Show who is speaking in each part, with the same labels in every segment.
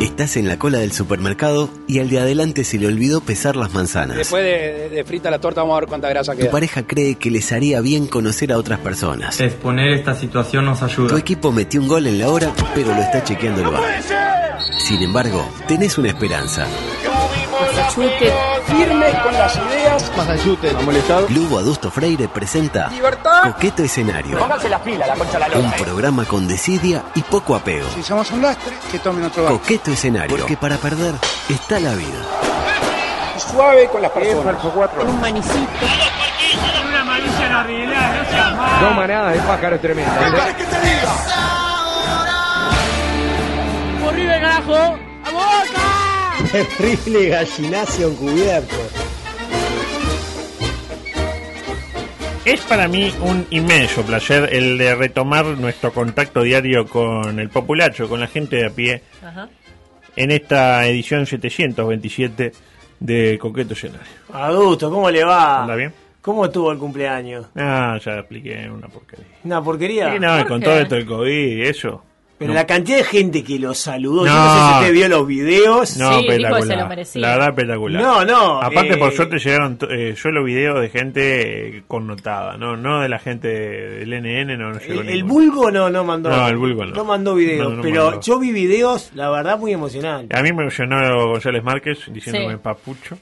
Speaker 1: Estás en la cola del supermercado y al de adelante se le olvidó pesar las manzanas.
Speaker 2: Después de, de frita la torta vamos a ver cuánta grasa
Speaker 1: Tu
Speaker 2: queda.
Speaker 1: pareja cree que les haría bien conocer a otras personas.
Speaker 3: Exponer esta situación nos
Speaker 1: Tu
Speaker 3: ayuda.
Speaker 1: equipo metió un gol en la hora, pero lo está chequeando el bar. Sin embargo, tenés una esperanza.
Speaker 2: Chute firme con las ideas.
Speaker 1: Lugo Adusto Freire presenta
Speaker 2: Libertad.
Speaker 1: Coqueto Escenario,
Speaker 2: Pónganse las pilas, la concha la
Speaker 1: un programa con desidia y poco apego.
Speaker 2: Si somos un lastre, que tomen otro barco.
Speaker 1: Coqueto Escenario, porque para perder está la vida.
Speaker 2: Suave con las personas.
Speaker 4: Terrible gallinazo encubierto.
Speaker 5: Es para mí un inmenso placer el de retomar nuestro contacto diario con el populacho, con la gente de a pie, en esta edición 727 de Coqueto Escenario.
Speaker 4: Adusto, ¿cómo le
Speaker 6: Ah.
Speaker 4: va?
Speaker 5: ¿Anda bien?
Speaker 4: ¿Cómo estuvo el cumpleaños?
Speaker 5: Ah, ya expliqué, una porquería.
Speaker 4: ¿Una porquería?
Speaker 6: Ah,
Speaker 5: Y no, con todo esto del COVID y eso.
Speaker 4: Pero la cantidad de gente que lo saludó, yo
Speaker 5: No.
Speaker 4: no sé si usted vio los videos.
Speaker 5: No,
Speaker 6: Sí, dijo que se lo
Speaker 5: espectacular.
Speaker 6: merecía.
Speaker 5: la verdad, espectacular.
Speaker 4: No, no,
Speaker 5: Aparte,
Speaker 4: eh,
Speaker 5: por suerte llegaron to- eh, solo videos de gente eh, connotada, no no de la gente del NN, no, no llegó
Speaker 4: El, el
Speaker 5: ninguno.
Speaker 4: vulgo no, no mandó.
Speaker 5: No, el vulgo no.
Speaker 4: mandó videos,
Speaker 5: No, no
Speaker 4: pero
Speaker 5: mandó.
Speaker 4: yo vi videos, la verdad, muy emocionante.
Speaker 5: A mí me emocionó González Márquez diciéndome
Speaker 6: Sí.
Speaker 5: papucho.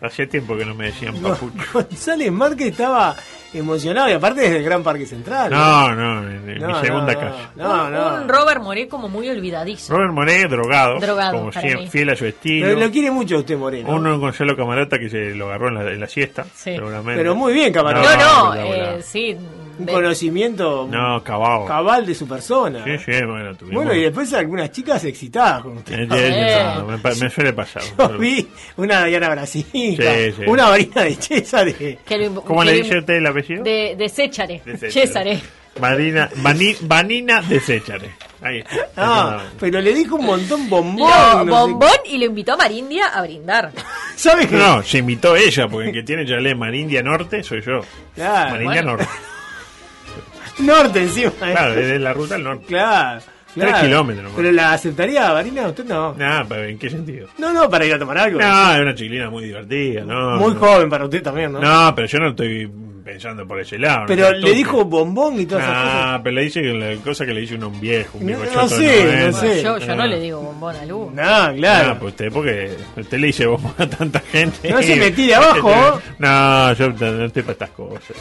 Speaker 5: Hacía tiempo que no me decían papucho.
Speaker 4: González Márquez estaba emocionado y aparte desde el Gran Parque Central.
Speaker 5: No, no, en- en
Speaker 4: No,
Speaker 5: mi
Speaker 4: no,
Speaker 5: segunda
Speaker 4: no,
Speaker 5: calle.
Speaker 4: No,
Speaker 6: un,
Speaker 4: no.
Speaker 6: un Robert Moré como muy olvidadizo.
Speaker 5: Robert Monet, drogado,
Speaker 6: Drogado,
Speaker 5: como
Speaker 6: para
Speaker 5: siempre,
Speaker 6: mí.
Speaker 5: fiel a su
Speaker 4: Pero
Speaker 5: estilo.
Speaker 4: lo quiere mucho usted, Moreno.
Speaker 5: Uno en Gonzalo Camarota que se lo agarró en la, en la siesta,
Speaker 6: Sí.
Speaker 5: seguramente.
Speaker 4: Pero muy bien, Camarota.
Speaker 6: No, no,
Speaker 5: espectacular.
Speaker 6: eh, sí.
Speaker 4: Un
Speaker 6: de-
Speaker 4: conocimiento
Speaker 5: No, cabao.
Speaker 4: cabal de su persona.
Speaker 5: Sí, sí, bueno, tuvimos.
Speaker 4: Bueno, y después algunas chicas excitadas con usted.
Speaker 5: Eh, eh, eh, me, pa- me suele pasar.
Speaker 4: Yo vi una Diana Brasil,
Speaker 5: Sí, sí.
Speaker 4: una varina de Chesa de.
Speaker 6: que le-
Speaker 5: ¿Cómo
Speaker 6: que
Speaker 5: le dice usted el apellido?
Speaker 6: De, de Séchare.
Speaker 5: De Séchare.
Speaker 6: Césare.
Speaker 5: Marina, Bani- Vanina de Séchare. Ahí está.
Speaker 4: Ah, pero le dijo un montón bombón. no
Speaker 6: Lo-
Speaker 4: sé-
Speaker 6: bombón y lo invitó a Marindia a brindar.
Speaker 4: ¿Sabe qué?
Speaker 5: No, se invitó ella, porque el que tiene chalet Marindia Norte soy yo.
Speaker 4: Claro,
Speaker 5: Marindia
Speaker 6: bueno.
Speaker 5: Norte.
Speaker 4: Norte encima. eh.
Speaker 5: Claro, desde la ruta al norte.
Speaker 4: claro,
Speaker 5: Tres
Speaker 4: claro.
Speaker 5: kilómetros nomás.
Speaker 4: Pero la aceptaría varina, usted no.
Speaker 5: Nah, pero ¿en qué sentido?
Speaker 4: No, no, para ir a tomar algo.
Speaker 5: No, es una chiclina muy divertida, no.
Speaker 4: Muy
Speaker 5: no.
Speaker 4: joven para usted también, ¿no?
Speaker 5: No, pero yo no estoy pensando por ese lado. no
Speaker 4: pero
Speaker 5: soy
Speaker 4: le
Speaker 5: tonto.
Speaker 4: dijo bombón y todas esas cosas.
Speaker 5: Ah, pero le dice que la cosa que le dice un hombre viejo,
Speaker 4: No,
Speaker 5: un viejo
Speaker 4: no
Speaker 5: choto de
Speaker 4: sé, no
Speaker 5: 90.
Speaker 4: sé. Sí,
Speaker 6: yo yo no
Speaker 5: ah.
Speaker 6: le digo bombón a Lu.
Speaker 4: No,
Speaker 5: Ah,
Speaker 4: claro.
Speaker 5: pues usted, porque usted le dice vos a tanta gente.
Speaker 4: No se me tire abajo, ¿oh?
Speaker 5: No, yo no no estoy para estas cosas.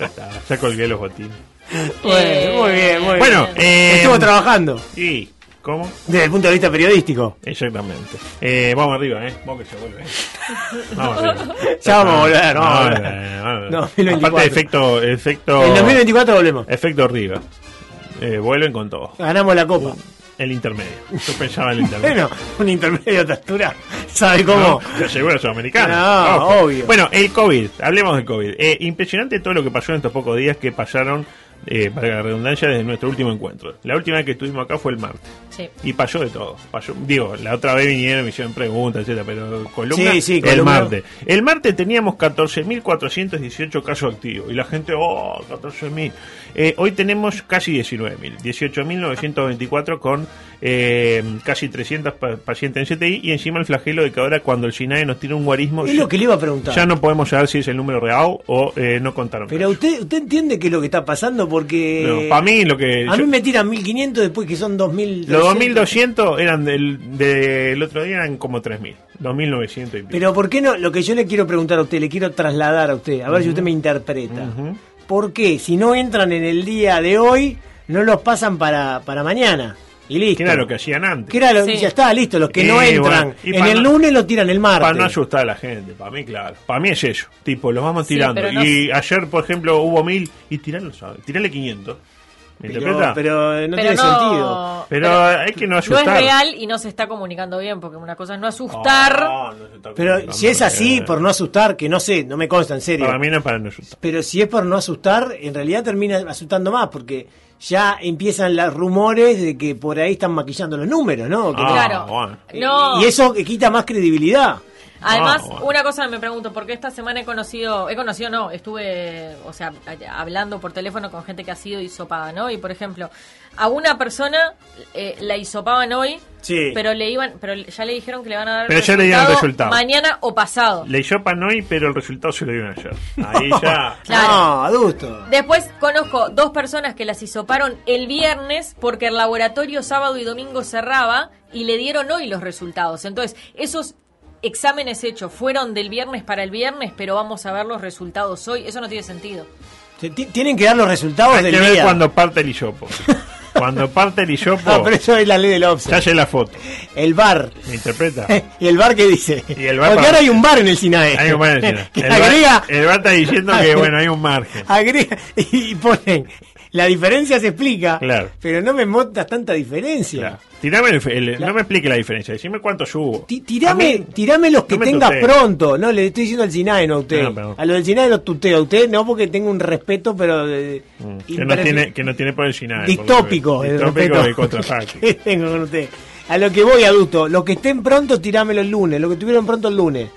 Speaker 5: Ya está, ya colgué los botines.
Speaker 6: Eh,
Speaker 4: Bueno, muy bien, muy
Speaker 5: Bueno,
Speaker 4: bien.
Speaker 5: eh,
Speaker 4: Estuvo trabajando
Speaker 5: ¿Y cómo?
Speaker 4: desde el punto de vista periodístico.
Speaker 5: Exactamente. Eh, vamos arriba, ¿eh? Vamos que se vuelve. Vamos arriba.
Speaker 4: Ya vamos a volver, vamos a volver.
Speaker 5: volver.
Speaker 4: No, 2024.
Speaker 5: Aparte, efecto, efecto,
Speaker 4: En 2024 volvemos.
Speaker 5: efecto Riva. Eh, vuelven con todo.
Speaker 4: Ganamos la copa.
Speaker 5: El intermedio. Yo pensaba en el intermedio.
Speaker 4: Bueno, un intermedio de altura. ¿Sabe
Speaker 5: ¿no?
Speaker 4: cómo?
Speaker 5: Ya llegó la sudamericana.
Speaker 4: No,
Speaker 5: Ojo.
Speaker 4: obvio.
Speaker 5: Bueno, el COVID. Hablemos del COVID. Eh, impresionante todo lo que pasó en estos pocos días que pasaron, eh, para la redundancia, desde nuestro último encuentro. La última vez que estuvimos acá fue el martes.
Speaker 6: Sí.
Speaker 5: Y pasó de todo. Pasó- digo, la otra vez vinieron, me hicieron preguntas, etcétera, pero columna
Speaker 4: Sí, sí,
Speaker 5: el
Speaker 4: columna.
Speaker 5: martes. El martes teníamos 14.418 casos activos y la gente, oh, 14.000. Eh, hoy tenemos casi 19.000, 18.924 con eh, casi 300 pa- pacientes en CTI y encima el flagelo de que ahora cuando el SINAE nos tira un guarismo,
Speaker 4: Es lo que le iba a preguntar.
Speaker 5: ya no podemos saber si es el número real o eh, no contaron.
Speaker 4: Pero usted, usted entiende que es lo que está pasando porque.
Speaker 5: para mí lo que...
Speaker 4: A
Speaker 5: yo-
Speaker 4: mí me tiran 1500 después que son 2000.
Speaker 5: Los 2200 eran del, del otro día eran como 3000, 2900 y pico.
Speaker 4: Pero ¿por qué no? Lo que yo le quiero preguntar a usted, le quiero trasladar a usted, a ver si usted me interpreta. ¿Por qué? Si no entran en el día de hoy, no los pasan para, para mañana. Y listo.
Speaker 5: que era lo que hacían antes.
Speaker 4: Que era lo-
Speaker 6: Sí.
Speaker 4: Ya está, listo. Los que
Speaker 5: Y
Speaker 4: no entran
Speaker 5: bueno, y
Speaker 4: en
Speaker 5: pa'
Speaker 4: el
Speaker 5: no-
Speaker 4: lunes lo tiran el martes.
Speaker 5: Para no asustar a la gente, para mí, claro. Para mí es eso. Tipo, los vamos
Speaker 6: Sí,
Speaker 5: tirando.
Speaker 6: pero no-
Speaker 5: Y ayer, por ejemplo, hubo mil y tirarlos, ¿sabes? Tirarle 500. ¿Me
Speaker 4: Pero,
Speaker 5: interpreta? Pero,
Speaker 4: pero no
Speaker 6: Pero
Speaker 4: tiene
Speaker 6: no-
Speaker 4: sentido.
Speaker 5: hay que no asustar. Ah,
Speaker 6: No es real y no se está comunicando bien, porque una cosa es no asustar.
Speaker 5: No, no se está
Speaker 4: Pero
Speaker 5: comunicando,
Speaker 4: si es así,
Speaker 5: eh,
Speaker 4: por no asustar, que no sé, no me consta, en serio.
Speaker 5: Para mí no es para no asustar.
Speaker 4: Pero si es por no asustar, en realidad termina asustando más, porque ya empiezan los rumores de que por ahí están maquillando los números, ¿no? Que-
Speaker 5: Ah,
Speaker 6: claro.
Speaker 5: bueno.
Speaker 6: No.
Speaker 4: Y eso que quita más credibilidad.
Speaker 6: Además,
Speaker 5: Ah, bueno.
Speaker 6: una cosa me pregunto, porque esta semana he conocido, he conocido no, estuve, o sea, a- hablando por teléfono con gente que ha sido hisopada, ¿no? Y por ejemplo, a una persona eh, la hisopaban hoy,
Speaker 4: Sí.
Speaker 6: pero le iban, pero ya le dijeron que le van a dar
Speaker 5: Pero ya le dieron resultado.
Speaker 6: mañana o pasado.
Speaker 5: Le para hoy, pero el resultado se lo dieron ayer. Ahí ya.
Speaker 6: Claro.
Speaker 4: No, adusto.
Speaker 6: Después conozco dos personas que las hisoparon el viernes porque el laboratorio sábado y domingo cerraba y le dieron hoy los resultados. Entonces, esos exámenes hechos fueron del viernes para el viernes, pero vamos a ver los resultados hoy. Eso no tiene sentido.
Speaker 4: Se ti- Tienen que dar los resultados
Speaker 5: Hay
Speaker 4: del
Speaker 5: que ver
Speaker 4: día.
Speaker 5: cuando parte el hisopo. Cuando parte el hisopo,
Speaker 4: No, pero eso es la ley del
Speaker 5: se
Speaker 4: offset.
Speaker 5: hace la foto.
Speaker 4: El bar.
Speaker 5: ¿Me interpreta?
Speaker 4: ¿Y el bar qué dice?
Speaker 5: Y el bar
Speaker 4: Porque
Speaker 5: para-
Speaker 4: ahora hay un bar en el SINAE.
Speaker 5: Hay un margen.
Speaker 4: Que
Speaker 5: El
Speaker 4: agrega, Ah,
Speaker 5: va- el va está diciendo que, bueno, hay un margen.
Speaker 4: agrega- y ponen. La diferencia se explica.
Speaker 5: Claro.
Speaker 4: Pero no me montas tanta diferencia.
Speaker 5: Claro. Tirame el- el- No me explique la diferencia. Decime cuánto subo.
Speaker 4: Ti-
Speaker 5: A
Speaker 4: Tirame,
Speaker 5: mí-
Speaker 4: tirame los que
Speaker 5: no me
Speaker 4: tengas
Speaker 5: tutee.
Speaker 4: pronto. No, le estoy diciendo al SINAE, no a usted.
Speaker 5: Ah, perdón.
Speaker 4: a lo del SINAE lo tuteo a usted, no porque tengo un respeto, pero. eh,
Speaker 5: Mm, Que no,
Speaker 4: impresi-
Speaker 5: tiene, que no tiene por el final.
Speaker 4: distópico. el
Speaker 5: Distópico
Speaker 4: respeto
Speaker 5: y contraataque.
Speaker 4: que tengo con usted. A lo que voy, adulto. Los que estén pronto, tirámelo el lunes. Los que tuvieron pronto el lunes.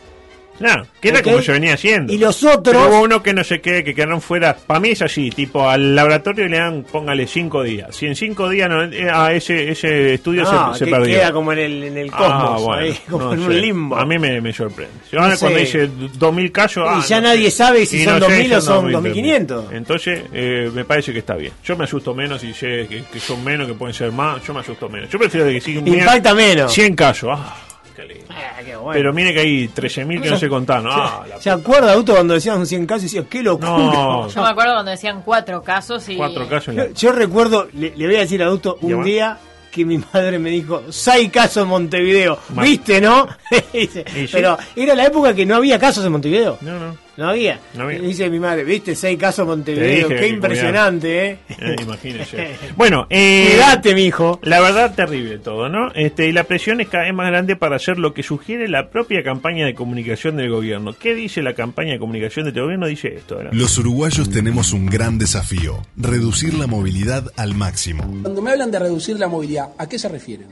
Speaker 5: No, que era
Speaker 4: ¿Ok?
Speaker 5: como se venía haciendo.
Speaker 4: Y los otros-
Speaker 5: Pero hubo uno que no sé qué, que quedaron fuera. Para mí es así, tipo, al laboratorio le dan, póngale cinco días. Si en cinco días no, eh, a ese, ese estudio
Speaker 4: Ah,
Speaker 5: se, se
Speaker 4: que
Speaker 5: perdió.
Speaker 4: queda como en el, en el
Speaker 5: Ah,
Speaker 4: cosmos,
Speaker 5: bueno,
Speaker 4: ahí, como
Speaker 5: no
Speaker 4: en
Speaker 5: sé.
Speaker 4: un limbo.
Speaker 5: A mí me, me sorprende. Ahora
Speaker 4: No sé.
Speaker 5: cuando dice 2.000 casos...
Speaker 4: Y
Speaker 5: ah,
Speaker 4: ya
Speaker 5: no
Speaker 4: nadie
Speaker 5: sé.
Speaker 4: sabe si
Speaker 5: Y
Speaker 4: son
Speaker 5: no sé,
Speaker 4: 2.000 o son
Speaker 5: 2.500.
Speaker 4: 2.500.
Speaker 5: Entonces, eh, me parece que está bien. Yo me asusto menos y sé que, que son menos, que pueden ser más. Yo me asusto menos. Yo prefiero que sigan
Speaker 4: Impacta menos.
Speaker 5: 100 casos. Ah, qué lindo.
Speaker 4: Ah, qué bueno.
Speaker 5: Pero mire que hay 13.000 que no se contaron. Ah, la
Speaker 4: ¿Se acuerda, adulto, cuando decíamos un 100 casos? Y decíamos, qué locura.
Speaker 5: No,
Speaker 6: Yo me acuerdo cuando decían cuatro casos y...
Speaker 5: cuatro casos en la...
Speaker 4: Yo, yo recuerdo, le, le voy a decir adulto, un
Speaker 5: Llama.
Speaker 4: día que mi madre me dijo, seis casos en Montevideo,
Speaker 5: Ma-
Speaker 4: ¿viste, no? Dice,
Speaker 5: ¿Y sí?
Speaker 4: Pero era la época que no había casos en Montevideo.
Speaker 5: No, no.
Speaker 4: No había.
Speaker 5: No había.
Speaker 4: Y Dice mi madre, ¿viste? Seis casos en
Speaker 5: Te
Speaker 4: Montevideo.
Speaker 5: dije
Speaker 4: Qué
Speaker 5: que
Speaker 4: impresionante, ¿eh?
Speaker 5: Eh, imagínese. Bueno, eh,
Speaker 4: Cuidate, mijo.
Speaker 5: la verdad terrible todo, ¿no? Este, y la presión es cada vez más grande para hacer lo que sugiere la propia campaña de comunicación del gobierno. ¿Qué dice la campaña de comunicación del gobierno? Dice esto, ¿verdad?
Speaker 7: Los uruguayos tenemos un gran desafío, reducir la movilidad al máximo.
Speaker 3: Cuando me hablan de reducir la movilidad, ¿a qué se refieren?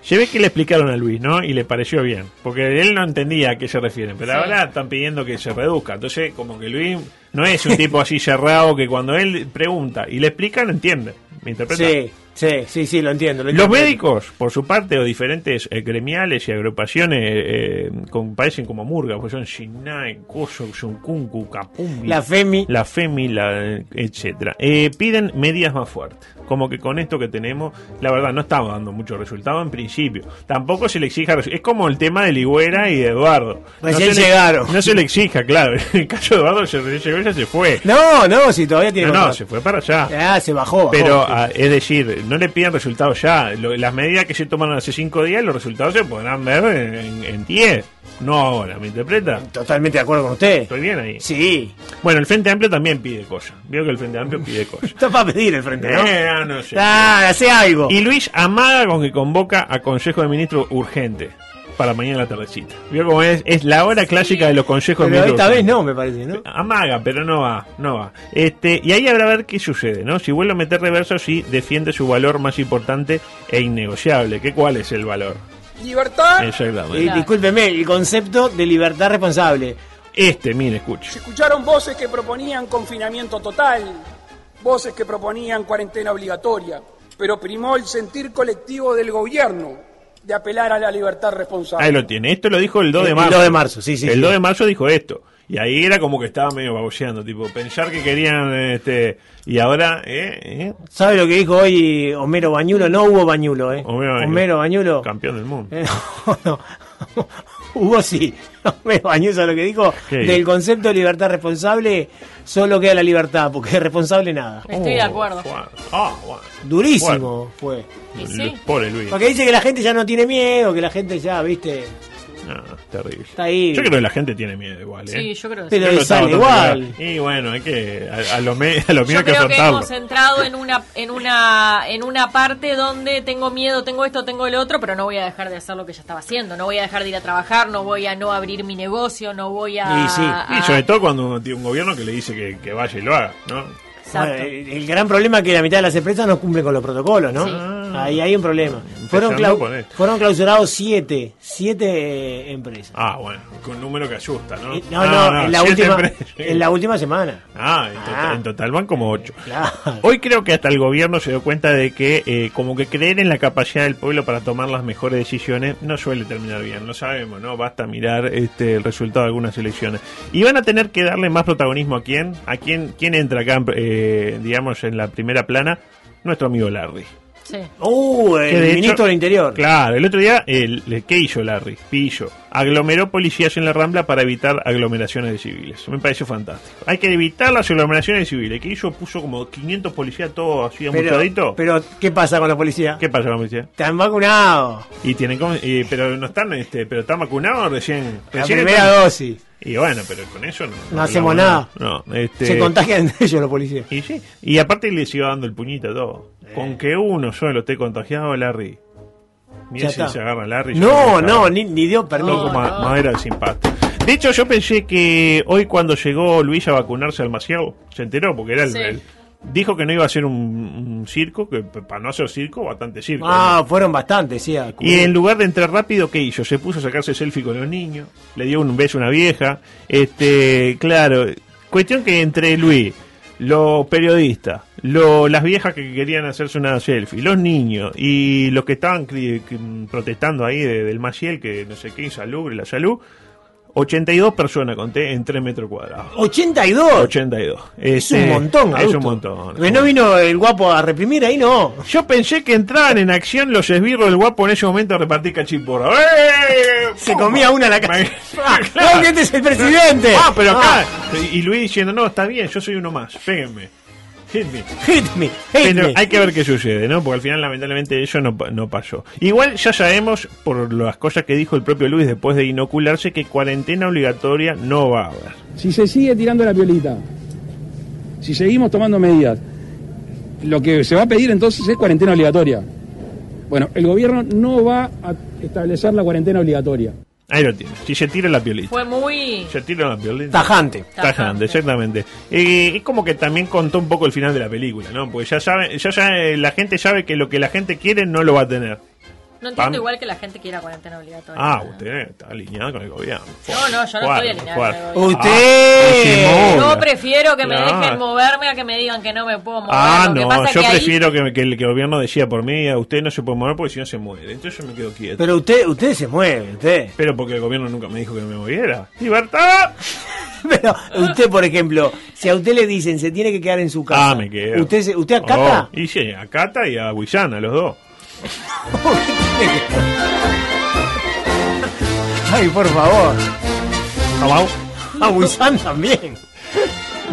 Speaker 5: Se ve que le explicaron a Luis, ¿no? Y le pareció bien. Porque él no entendía a qué se refieren. Pero
Speaker 6: Sí.
Speaker 5: ahora están pidiendo que se reduzca. Entonces, como que Luis no es un tipo así cerrado que cuando él pregunta y le explica, no entiende. ¿Me interpreta?
Speaker 4: Sí, sí, sí, sí, lo entiendo. lo
Speaker 5: Los
Speaker 4: entiendo.
Speaker 5: médicos, por su parte, o diferentes eh, gremiales y agrupaciones, eh, con- parecen como murgas, porque son Shinai, Koso, Shunkunku, Kapumbi,
Speaker 4: La FEMI.
Speaker 5: la FEMI, la, etcétera. Eh, piden medidas más fuertes. Como que con esto que tenemos, la verdad, no estamos dando mucho resultado en principio. Tampoco se le exija. resu- Es como el tema de Ligüera y de Eduardo.
Speaker 4: Recién
Speaker 5: no se le-
Speaker 4: llegaron.
Speaker 5: no se le exija, claro. En el caso de Eduardo, se recién llegó y ya se fue.
Speaker 4: No, no, si todavía tiene
Speaker 5: No, no,
Speaker 4: contrato.
Speaker 5: se fue para allá.
Speaker 4: Ah, se bajó. bajó.
Speaker 5: Pero, ah, es decir, no le piden resultados ya. Lo- las medidas que se tomaron hace cinco días, los resultados se podrán ver en- en en 10. No ahora, ¿me interpreta?
Speaker 4: Totalmente de acuerdo con usted.
Speaker 5: Estoy bien ahí.
Speaker 4: Sí.
Speaker 5: Bueno, el Frente Amplio también pide cosas. Veo que el Frente Amplio pide cosas.
Speaker 4: Está para pedir el frente, ¿no?
Speaker 5: Eh, ah, no sé.
Speaker 4: Ah, hace algo.
Speaker 5: Y Luis Amaga con que convoca a Consejo de Ministros urgente para mañana a la tardecita. Vio cómo es, es la hora clásica de los consejos de
Speaker 4: Pero
Speaker 5: ministros.
Speaker 4: esta
Speaker 5: urgentes.
Speaker 4: vez no, me parece, ¿no?
Speaker 5: Ah, Amaga, pero no va, no va. Este, y ahí habrá ver qué sucede, ¿no? Si vuelve a meter reverso, si defiende su valor más importante e innegociable. ¿Qué cuál es el valor?
Speaker 3: Libertad.
Speaker 4: Eh,
Speaker 5: Exactamente.
Speaker 6: Claro.
Speaker 4: discúlpeme, el concepto de libertad responsable.
Speaker 5: Este, mire, escuche.
Speaker 3: Se escucharon voces que proponían confinamiento total, voces que proponían cuarentena obligatoria, pero primó el sentir colectivo del gobierno de apelar a la libertad responsable.
Speaker 5: Ahí lo tiene. Esto lo dijo el 2 de
Speaker 4: El
Speaker 5: marzo.
Speaker 4: 2 de marzo, sí, sí,
Speaker 5: El
Speaker 4: sí.
Speaker 5: 2 de marzo dijo esto. Y ahí era como que estaba medio baboseando, tipo, pensar que querían, este, y ahora, eh, eh,
Speaker 4: ¿Sabe lo que dijo hoy Homero Bañulo? No hubo Bañulo, ¿eh?
Speaker 5: Homero Bañulo.
Speaker 4: Bañulo.
Speaker 5: campeón del mundo.
Speaker 4: Eh, no, no. Hubo sí. Homero Bañulo, ¿sabe lo que dijo?
Speaker 5: ¿Qué?
Speaker 4: Del concepto de libertad responsable, solo queda la libertad, porque de responsable nada.
Speaker 6: Estoy de acuerdo.
Speaker 5: Oh, Juan. Ah, Juan.
Speaker 4: Durísimo fue.
Speaker 6: Y
Speaker 5: Lu-
Speaker 6: sí.
Speaker 5: Pobre Luis.
Speaker 4: Porque dice que la gente ya no tiene miedo, que la gente ya, viste.
Speaker 5: No, terrible.
Speaker 4: Está ahí.
Speaker 5: Yo creo que la gente tiene miedo igual, ¿eh?
Speaker 6: Sí, yo creo que sí.
Speaker 4: Pero
Speaker 5: Yo lo
Speaker 4: sale
Speaker 5: estaba
Speaker 4: igual.
Speaker 5: tratando de- Y bueno, hay que. A, a lo, me- a lo mío
Speaker 6: Yo
Speaker 5: hay que
Speaker 6: creo que
Speaker 5: afrontarlo.
Speaker 6: hemos eh, entrado en una, en una, en una parte donde tengo miedo, tengo esto, tengo el otro, pero no voy a dejar de hacer lo que ya estaba haciendo, no voy a dejar de ir a trabajar, no voy a no abrir mi negocio, no voy a.
Speaker 4: Y sí,
Speaker 6: a-
Speaker 5: Y sobre todo cuando uno tiene un gobierno que le dice que, que vaya y lo haga, ¿no?
Speaker 6: Exacto.
Speaker 4: Bueno, el, el gran problema es que la mitad de las empresas no cumplen con los protocolos, ¿no? Ah.
Speaker 6: Sí.
Speaker 4: Ahí hay un problema.
Speaker 5: Empezando
Speaker 4: Fueron, clau-
Speaker 5: con esto.
Speaker 4: fueron clausurados siete, siete eh, empresas.
Speaker 5: Ah, bueno, con un número que asusta, ¿no?
Speaker 4: Eh, No,
Speaker 5: Ah,
Speaker 4: no, en, la
Speaker 5: siete
Speaker 4: última,
Speaker 5: empresas.
Speaker 4: en la última semana.
Speaker 5: Ah, en, total,
Speaker 4: Ah.
Speaker 5: en total van como ocho.
Speaker 4: Claro.
Speaker 5: Hoy creo que hasta el gobierno se dio cuenta de que eh, como que creer en la capacidad del pueblo para tomar las mejores decisiones no suele terminar bien, lo sabemos, ¿no? Basta mirar este, el resultado de algunas elecciones. Y van a tener que darle más protagonismo a quién, a quién, quién entra acá, eh, digamos, en la primera plana, nuestro amigo Lardi.
Speaker 6: Sí.
Speaker 4: Uh, el
Speaker 5: Oh, Que de
Speaker 4: ministro
Speaker 5: hecho-
Speaker 4: del Interior.
Speaker 5: Claro, el otro día, el, el- ¿qué hizo Larry? Pillo. Aglomeró policías en la Rambla para evitar aglomeraciones de civiles. Me pareció fantástico. Hay que evitar las aglomeraciones de civiles. ¿Qué hizo? Puso como 500 policías todos así amuchaditos.
Speaker 4: Pero, pero, ¿qué pasa con la policía?
Speaker 5: ¿Qué pasó con la policía?
Speaker 4: Están vacunados.
Speaker 5: Y tienen como- y- pero no están, este, pero están vacunados recién.
Speaker 4: La
Speaker 5: recién
Speaker 4: primera
Speaker 5: están-
Speaker 4: dosis.
Speaker 5: Y bueno, pero con eso no.
Speaker 4: No hacemos
Speaker 5: hablamos
Speaker 4: nada.
Speaker 5: No, este,
Speaker 4: Se contagian de ellos los policías.
Speaker 5: y sí, y aparte les iba dando el puñito a todos.
Speaker 4: Eh.
Speaker 5: Con que uno solo esté contagiado, Larry. Mira
Speaker 4: Ya
Speaker 5: si
Speaker 4: está.
Speaker 5: se agarra Larry. yo creo
Speaker 4: No,
Speaker 5: que
Speaker 4: no,
Speaker 5: está-
Speaker 4: ni, ni dio
Speaker 5: No,
Speaker 4: permiso.
Speaker 5: como ma- madera sin pasto. De hecho, yo pensé que hoy cuando llegó Luis a vacunarse al Maciao, se enteró porque era el...
Speaker 6: Sí.
Speaker 5: el- dijo que no iba a ser un, un circo, que p- para no hacer circo, bastante circo.
Speaker 4: Ah, fueron bastantes, sí. a
Speaker 5: Y
Speaker 4: cubrir.
Speaker 5: en lugar de entrar rápido, ¿qué hizo? Se puso a sacarse selfie con los niños, le dio un beso a una vieja. Este, claro, cuestión que entre Luis, los periodistas, lo- las viejas que querían hacerse una selfie, los niños y los que estaban cri- cri- protestando ahí de- del Maciel, que no sé qué, insalubre, la salud, 82 personas conté en 3 metros cuadrados.
Speaker 4: 82.
Speaker 5: 82.
Speaker 4: Es un montón,
Speaker 5: Este, Es
Speaker 4: adulto.
Speaker 5: un montón.
Speaker 4: Porque no vino el guapo a reprimir ahí, no.
Speaker 5: Yo pensé que entraban en acción los esbirros del guapo en ese momento a repartir cachiporra. ¡Eh!
Speaker 4: Se
Speaker 5: ¡Pum!
Speaker 4: comía una a la casa. Ah,
Speaker 5: Claro.
Speaker 4: No, que este es el presidente.
Speaker 5: Ah, pero acá. Y Luis diciendo, no, está bien, yo soy uno más, péguenme. Hit me.
Speaker 4: Ah, hit me, hit
Speaker 5: Pero
Speaker 4: me.
Speaker 5: hay que ver qué sucede, ¿no? Porque al final, lamentablemente, eso no, pa- no pasó. Igual ya sabemos, por las cosas que dijo el propio Luis después de inocularse, que cuarentena obligatoria no va a haber.
Speaker 3: Si se sigue tirando la violita, si seguimos tomando medidas, lo que se va a pedir entonces es cuarentena obligatoria. Bueno, el gobierno no va a establecer la cuarentena obligatoria.
Speaker 5: Ahí lo tiene. Si se tira la piolita.
Speaker 6: Fue muy.
Speaker 5: Se tira la piolita.
Speaker 4: Tajante.
Speaker 5: Tajante, exactamente. Eh, es como que también contó un poco el final de la película, ¿no? Porque ya sabe, ya, ya eh, la gente sabe que lo que la gente quiere no lo va a tener.
Speaker 6: No
Speaker 5: Pam.
Speaker 6: entiendo igual que la gente quiera cuarentena obligatoria.
Speaker 5: Ah, usted está alineado con el gobierno.
Speaker 6: No, no, yo no
Speaker 5: Fuerte,
Speaker 6: estoy alineada
Speaker 5: fuerte.
Speaker 6: con el gobierno.
Speaker 4: Usted.
Speaker 5: Ah,
Speaker 6: Yo prefiero que me
Speaker 5: Claro.
Speaker 6: dejen moverme a que me digan que no me puedo mover.
Speaker 5: Ah,
Speaker 6: Lo que
Speaker 5: no,
Speaker 6: pasa
Speaker 5: yo
Speaker 6: que ahí-
Speaker 5: prefiero que, que el que el gobierno decía por mí, a usted no se puede mover porque si no se muere. Entonces yo me quedo quieto. Pero,
Speaker 4: Pero usted, usted se mueve, usted.
Speaker 5: porque el gobierno nunca me dijo que me moviera. ¡Libertad!
Speaker 4: Ah, Pero usted, por ejemplo, si a usted le dicen se tiene que quedar en su casa.
Speaker 5: Ah, me quedo.
Speaker 4: ¿Usted, se- usted acata?
Speaker 5: Oh, y sí, a Cata y a Guisana, los dos.
Speaker 4: Ay, por favor.
Speaker 5: Vamos.
Speaker 4: A Wissan también.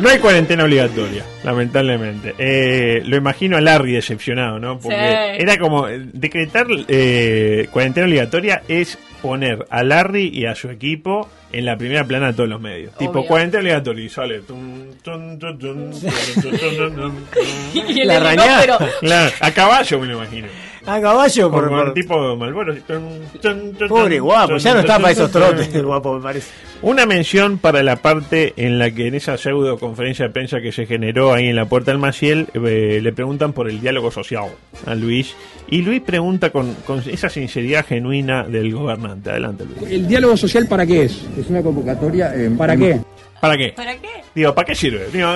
Speaker 5: No hay cuarentena obligatoria, lamentablemente. Eh, lo imagino a Larry decepcionado, ¿no? Porque
Speaker 6: Sí.
Speaker 5: era como eh, decretar eh, cuarentena obligatoria es poner a Larry y a su equipo en la primera plana de todos los medios. Tipo
Speaker 6: Obvio.
Speaker 5: cuarentena obligatoria y sale. tum, tum, tum, tum, tum, tum, tum, tum, tum.
Speaker 6: y el
Speaker 4: La
Speaker 6: helicóptero.
Speaker 4: arañada.
Speaker 5: Claro, a caballo me lo imagino.
Speaker 4: A caballo, por,
Speaker 5: Como el
Speaker 4: por-
Speaker 5: tipo Malboro. así, tum, tum, tum,
Speaker 4: Pobre
Speaker 5: tum,
Speaker 4: guapo,
Speaker 5: tum,
Speaker 4: ya no
Speaker 5: tum,
Speaker 4: está
Speaker 5: tum,
Speaker 4: para esos
Speaker 5: tum,
Speaker 4: trotes
Speaker 5: tum.
Speaker 4: el guapo, me parece.
Speaker 5: Una mención para la parte en la que en esa pseudo conferencia de prensa que se generó ahí en la puerta del Maciel eh, le preguntan por el diálogo social a Luis y Luis pregunta con, con esa sinceridad genuina del gobernante. Adelante Luis.
Speaker 3: ¿El diálogo social para qué es?
Speaker 8: Es una convocatoria. eh,
Speaker 3: ¿Para
Speaker 8: en-
Speaker 3: qué?
Speaker 5: ¿Para qué?
Speaker 6: ¿Para qué?
Speaker 5: Digo, ¿para qué sirve? Digo,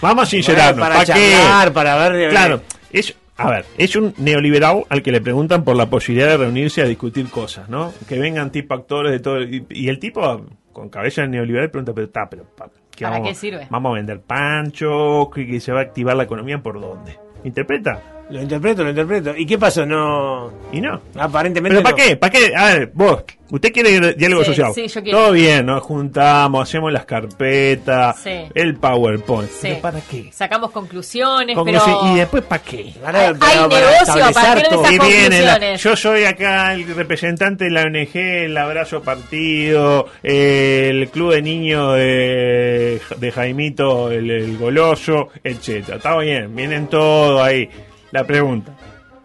Speaker 5: vamos a sincerarnos.
Speaker 4: Para
Speaker 5: ¿Para qué?
Speaker 4: charlar, para ver. eh,
Speaker 5: Claro, es, a ver, es un neoliberal al que le preguntan por la posibilidad de reunirse a discutir cosas, ¿no? Que vengan tipo actores de todo. Y, y el tipo, con cabeza de neoliberal, pregunta, pero está, pero pa-
Speaker 6: ¿Para
Speaker 5: vamos-
Speaker 6: qué sirve?
Speaker 5: Vamos a vender pancho, que, que se va a activar la economía por dónde. ¿Interpreta?
Speaker 4: Lo interpreto, lo interpreto. ¿Y qué pasó? No.
Speaker 5: Y no.
Speaker 4: Aparentemente.
Speaker 5: ¿Pero para
Speaker 4: no.
Speaker 5: qué? ¿Para qué? A ver, vos, usted quiere diálogo
Speaker 6: Sí,
Speaker 5: social.
Speaker 6: sí, yo quiero.
Speaker 5: Todo bien, nos juntamos, hacemos las carpetas,
Speaker 6: Sí.
Speaker 5: el PowerPoint.
Speaker 6: Sí.
Speaker 5: ¿Pero para qué?
Speaker 6: Sacamos conclusiones,
Speaker 5: Como
Speaker 6: pero.
Speaker 5: si- ¿Y después para qué?
Speaker 4: Van a-
Speaker 6: Hay-
Speaker 4: van a-
Speaker 6: hay
Speaker 4: van a
Speaker 6: negocio a
Speaker 4: establecer
Speaker 6: partir de
Speaker 4: todo.
Speaker 6: esas
Speaker 5: Y viene la-
Speaker 6: conclusiones.
Speaker 5: yo soy acá el representante de la ONG, el abrazo partido, eh, el club de niños de, de Jaimito, el, el goloso, etcétera. Está bien, vienen todos ahí. La pregunta,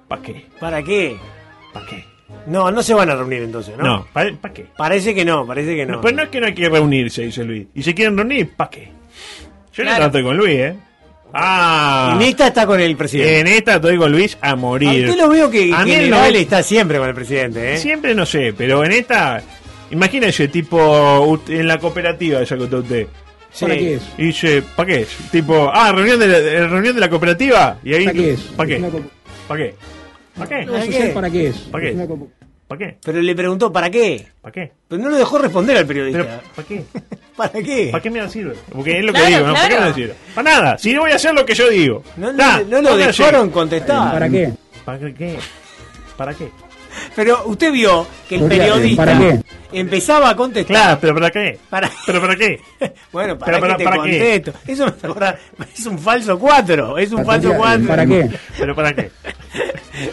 Speaker 5: ¿para qué?
Speaker 4: ¿Para qué?
Speaker 5: ¿Para qué?
Speaker 4: No, no se van a reunir entonces, ¿no?
Speaker 5: No, ¿para qué?
Speaker 4: Parece que no, parece que no.
Speaker 5: No, pues no es que no hay que reunirse, dice Luis. ¿Y si quieren reunir? ¿Para qué? Yo no
Speaker 6: Claro.
Speaker 5: estoy con Luis, ¿eh? Ah,
Speaker 4: Y Nesta está con el presidente.
Speaker 5: en esta estoy con Luis a morir.
Speaker 4: A usted lo veo que
Speaker 5: A mí
Speaker 4: en
Speaker 5: el
Speaker 4: general
Speaker 5: noventa-
Speaker 4: está siempre con el presidente, ¿eh?
Speaker 5: Siempre no sé, pero en esta. Imagínese, tipo, ut- en la cooperativa esa que contó usted.
Speaker 3: ¿Para qué es?
Speaker 5: Y dice, ¿para qué es? Tipo, ah, reunión de la, de- reunión de la cooperativa. Y ahí,
Speaker 3: ¿Para qué es?
Speaker 5: ¿Para
Speaker 3: Es
Speaker 5: qué?
Speaker 3: una co-
Speaker 5: ¿Para qué? ¿Para qué?
Speaker 4: ¿Para
Speaker 3: ¿Para
Speaker 4: qué?
Speaker 3: qué? ¿Para qué es?
Speaker 5: ¿Para qué?
Speaker 3: Es una co-
Speaker 5: ¿Para qué?
Speaker 4: Pero le preguntó, ¿para qué?
Speaker 5: ¿Para qué?
Speaker 4: Pero no lo dejó responder al periodista.
Speaker 5: Pero, ¿para qué?
Speaker 4: ¿Para qué?
Speaker 5: ¿Para qué me sirve? Porque es lo
Speaker 6: Claro,
Speaker 5: que digo, ¿no? ¿Para qué
Speaker 6: claro.
Speaker 5: me sirve? Para nada, si no voy a hacer lo que yo digo.
Speaker 4: No, no-
Speaker 5: Nah,
Speaker 4: no lo
Speaker 5: voy a hacer.
Speaker 4: dejaron
Speaker 8: Ah,
Speaker 4: contestar.
Speaker 3: ¿Para qué?
Speaker 5: ¿Para qué? ¿Para qué?
Speaker 4: Pero usted vio que el
Speaker 3: ¿Para qué?
Speaker 4: periodista
Speaker 3: eh, ¿Para qué?
Speaker 4: empezaba a contestar.
Speaker 5: Claro, pero ¿para qué?
Speaker 4: Para-
Speaker 5: ¿Pero para qué?
Speaker 4: Bueno, ¿para qué
Speaker 5: Pero, pero,
Speaker 4: te
Speaker 5: ¿para qué?
Speaker 4: contesto? Eso me recuerda- es un falso 4, es un falso
Speaker 3: qué?
Speaker 4: 4.
Speaker 3: ¿Para qué?
Speaker 5: ¿Pero para qué?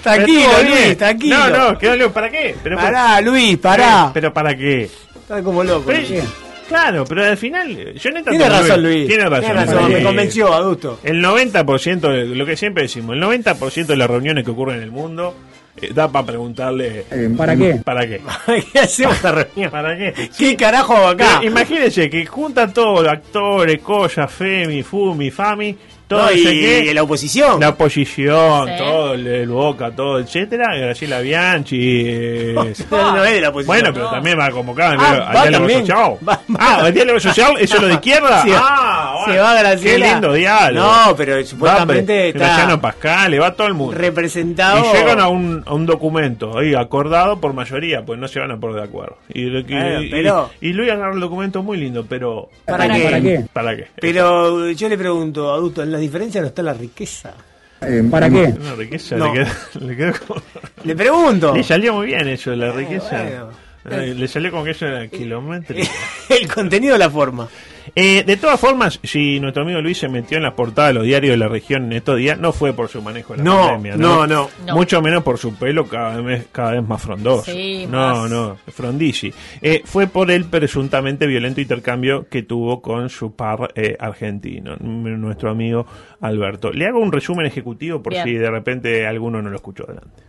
Speaker 4: Tranquilo,
Speaker 5: Pero estuvo bien.
Speaker 4: Luis, tranquilo.
Speaker 5: No, no, quedó Leo, ¿para qué? Pero,
Speaker 4: Pará, Luis,
Speaker 5: pero-
Speaker 4: pará.
Speaker 5: ¿Pero para qué?
Speaker 4: Está como loco.
Speaker 5: Pero-
Speaker 4: Luis.
Speaker 5: claro, pero al final. Yo no
Speaker 4: Tiene razón, Luis.
Speaker 5: Tiene razón,
Speaker 3: razón,
Speaker 5: Luis.
Speaker 4: me convenció, adusto.
Speaker 5: El 90%, de- lo que siempre decimos, el 90% de las reuniones que ocurren en el mundo eh, da para preguntarle.
Speaker 3: ¿Para qué?
Speaker 5: ¿Para qué?
Speaker 4: ¿Qué hacemos esta reunión?
Speaker 5: ¿Para qué?
Speaker 4: ¿Qué carajo hago acá?
Speaker 5: Pero imagínense que junta todo, actores, cosas, Femi, Fumi, Fami, todo
Speaker 4: No,
Speaker 5: no
Speaker 4: y,
Speaker 5: sé qué,
Speaker 4: y la oposición.
Speaker 5: la oposición,
Speaker 6: Sí.
Speaker 5: todo el, el Boca, todo, etcétera, Graciela Bianchi. eh,
Speaker 4: No es de la oposición.
Speaker 5: bueno, pero también va a convocar al
Speaker 4: Ah,
Speaker 5: diálogo-
Speaker 4: va
Speaker 5: al diálogo
Speaker 4: también.
Speaker 5: social.
Speaker 4: Va-
Speaker 5: Ah, el diálogo social, eso es lo de izquierda.
Speaker 4: Se va-
Speaker 5: ah,
Speaker 4: se
Speaker 5: bueno,
Speaker 4: va Graciela.
Speaker 5: Qué lindo diálogo.
Speaker 4: No, pero supuestamente
Speaker 5: Va,
Speaker 4: está-
Speaker 5: Graciano Pascal, le va todo el mundo.
Speaker 4: representado.
Speaker 5: Y llegan a un, a un documento ahí acordado por mayoría, pues no se van a poner de acuerdo. Y, lo que-
Speaker 4: Claro,
Speaker 5: y-
Speaker 4: pero-
Speaker 5: y Luis agarra el documento muy lindo, pero
Speaker 4: ¿Para
Speaker 3: ¿Para
Speaker 4: qué?
Speaker 3: qué? ¿Para qué?
Speaker 5: ¿Para qué?
Speaker 4: Pero yo le pregunto, adulto, en las diferencias no está la riqueza.
Speaker 5: Eh,
Speaker 3: ¿Para qué?
Speaker 5: Una riqueza,
Speaker 4: No.
Speaker 5: le quedó, le quedó como-
Speaker 4: Le pregunto.
Speaker 5: Le salió muy bien eso, la riqueza.
Speaker 4: bueno.
Speaker 5: Ay, Le salió como que eso era kilométrico.
Speaker 4: El contenido de la forma.
Speaker 5: Eh, de todas formas, si nuestro amigo Luis se metió en las portadas de los diarios de la región en estos días, no fue por su manejo de la
Speaker 4: No,
Speaker 5: pandemia.
Speaker 4: no, no.
Speaker 6: No.
Speaker 5: Mucho menos por su pelo cada vez, cada vez más frondoso.
Speaker 6: Sí,
Speaker 5: no,
Speaker 6: más.
Speaker 5: no, frondizi. Eh, fue por el presuntamente violento intercambio que tuvo con su par eh, argentino, n- nuestro amigo Alberto. Le hago un resumen ejecutivo por
Speaker 6: Bien.
Speaker 5: si de repente alguno no lo escuchó adelante.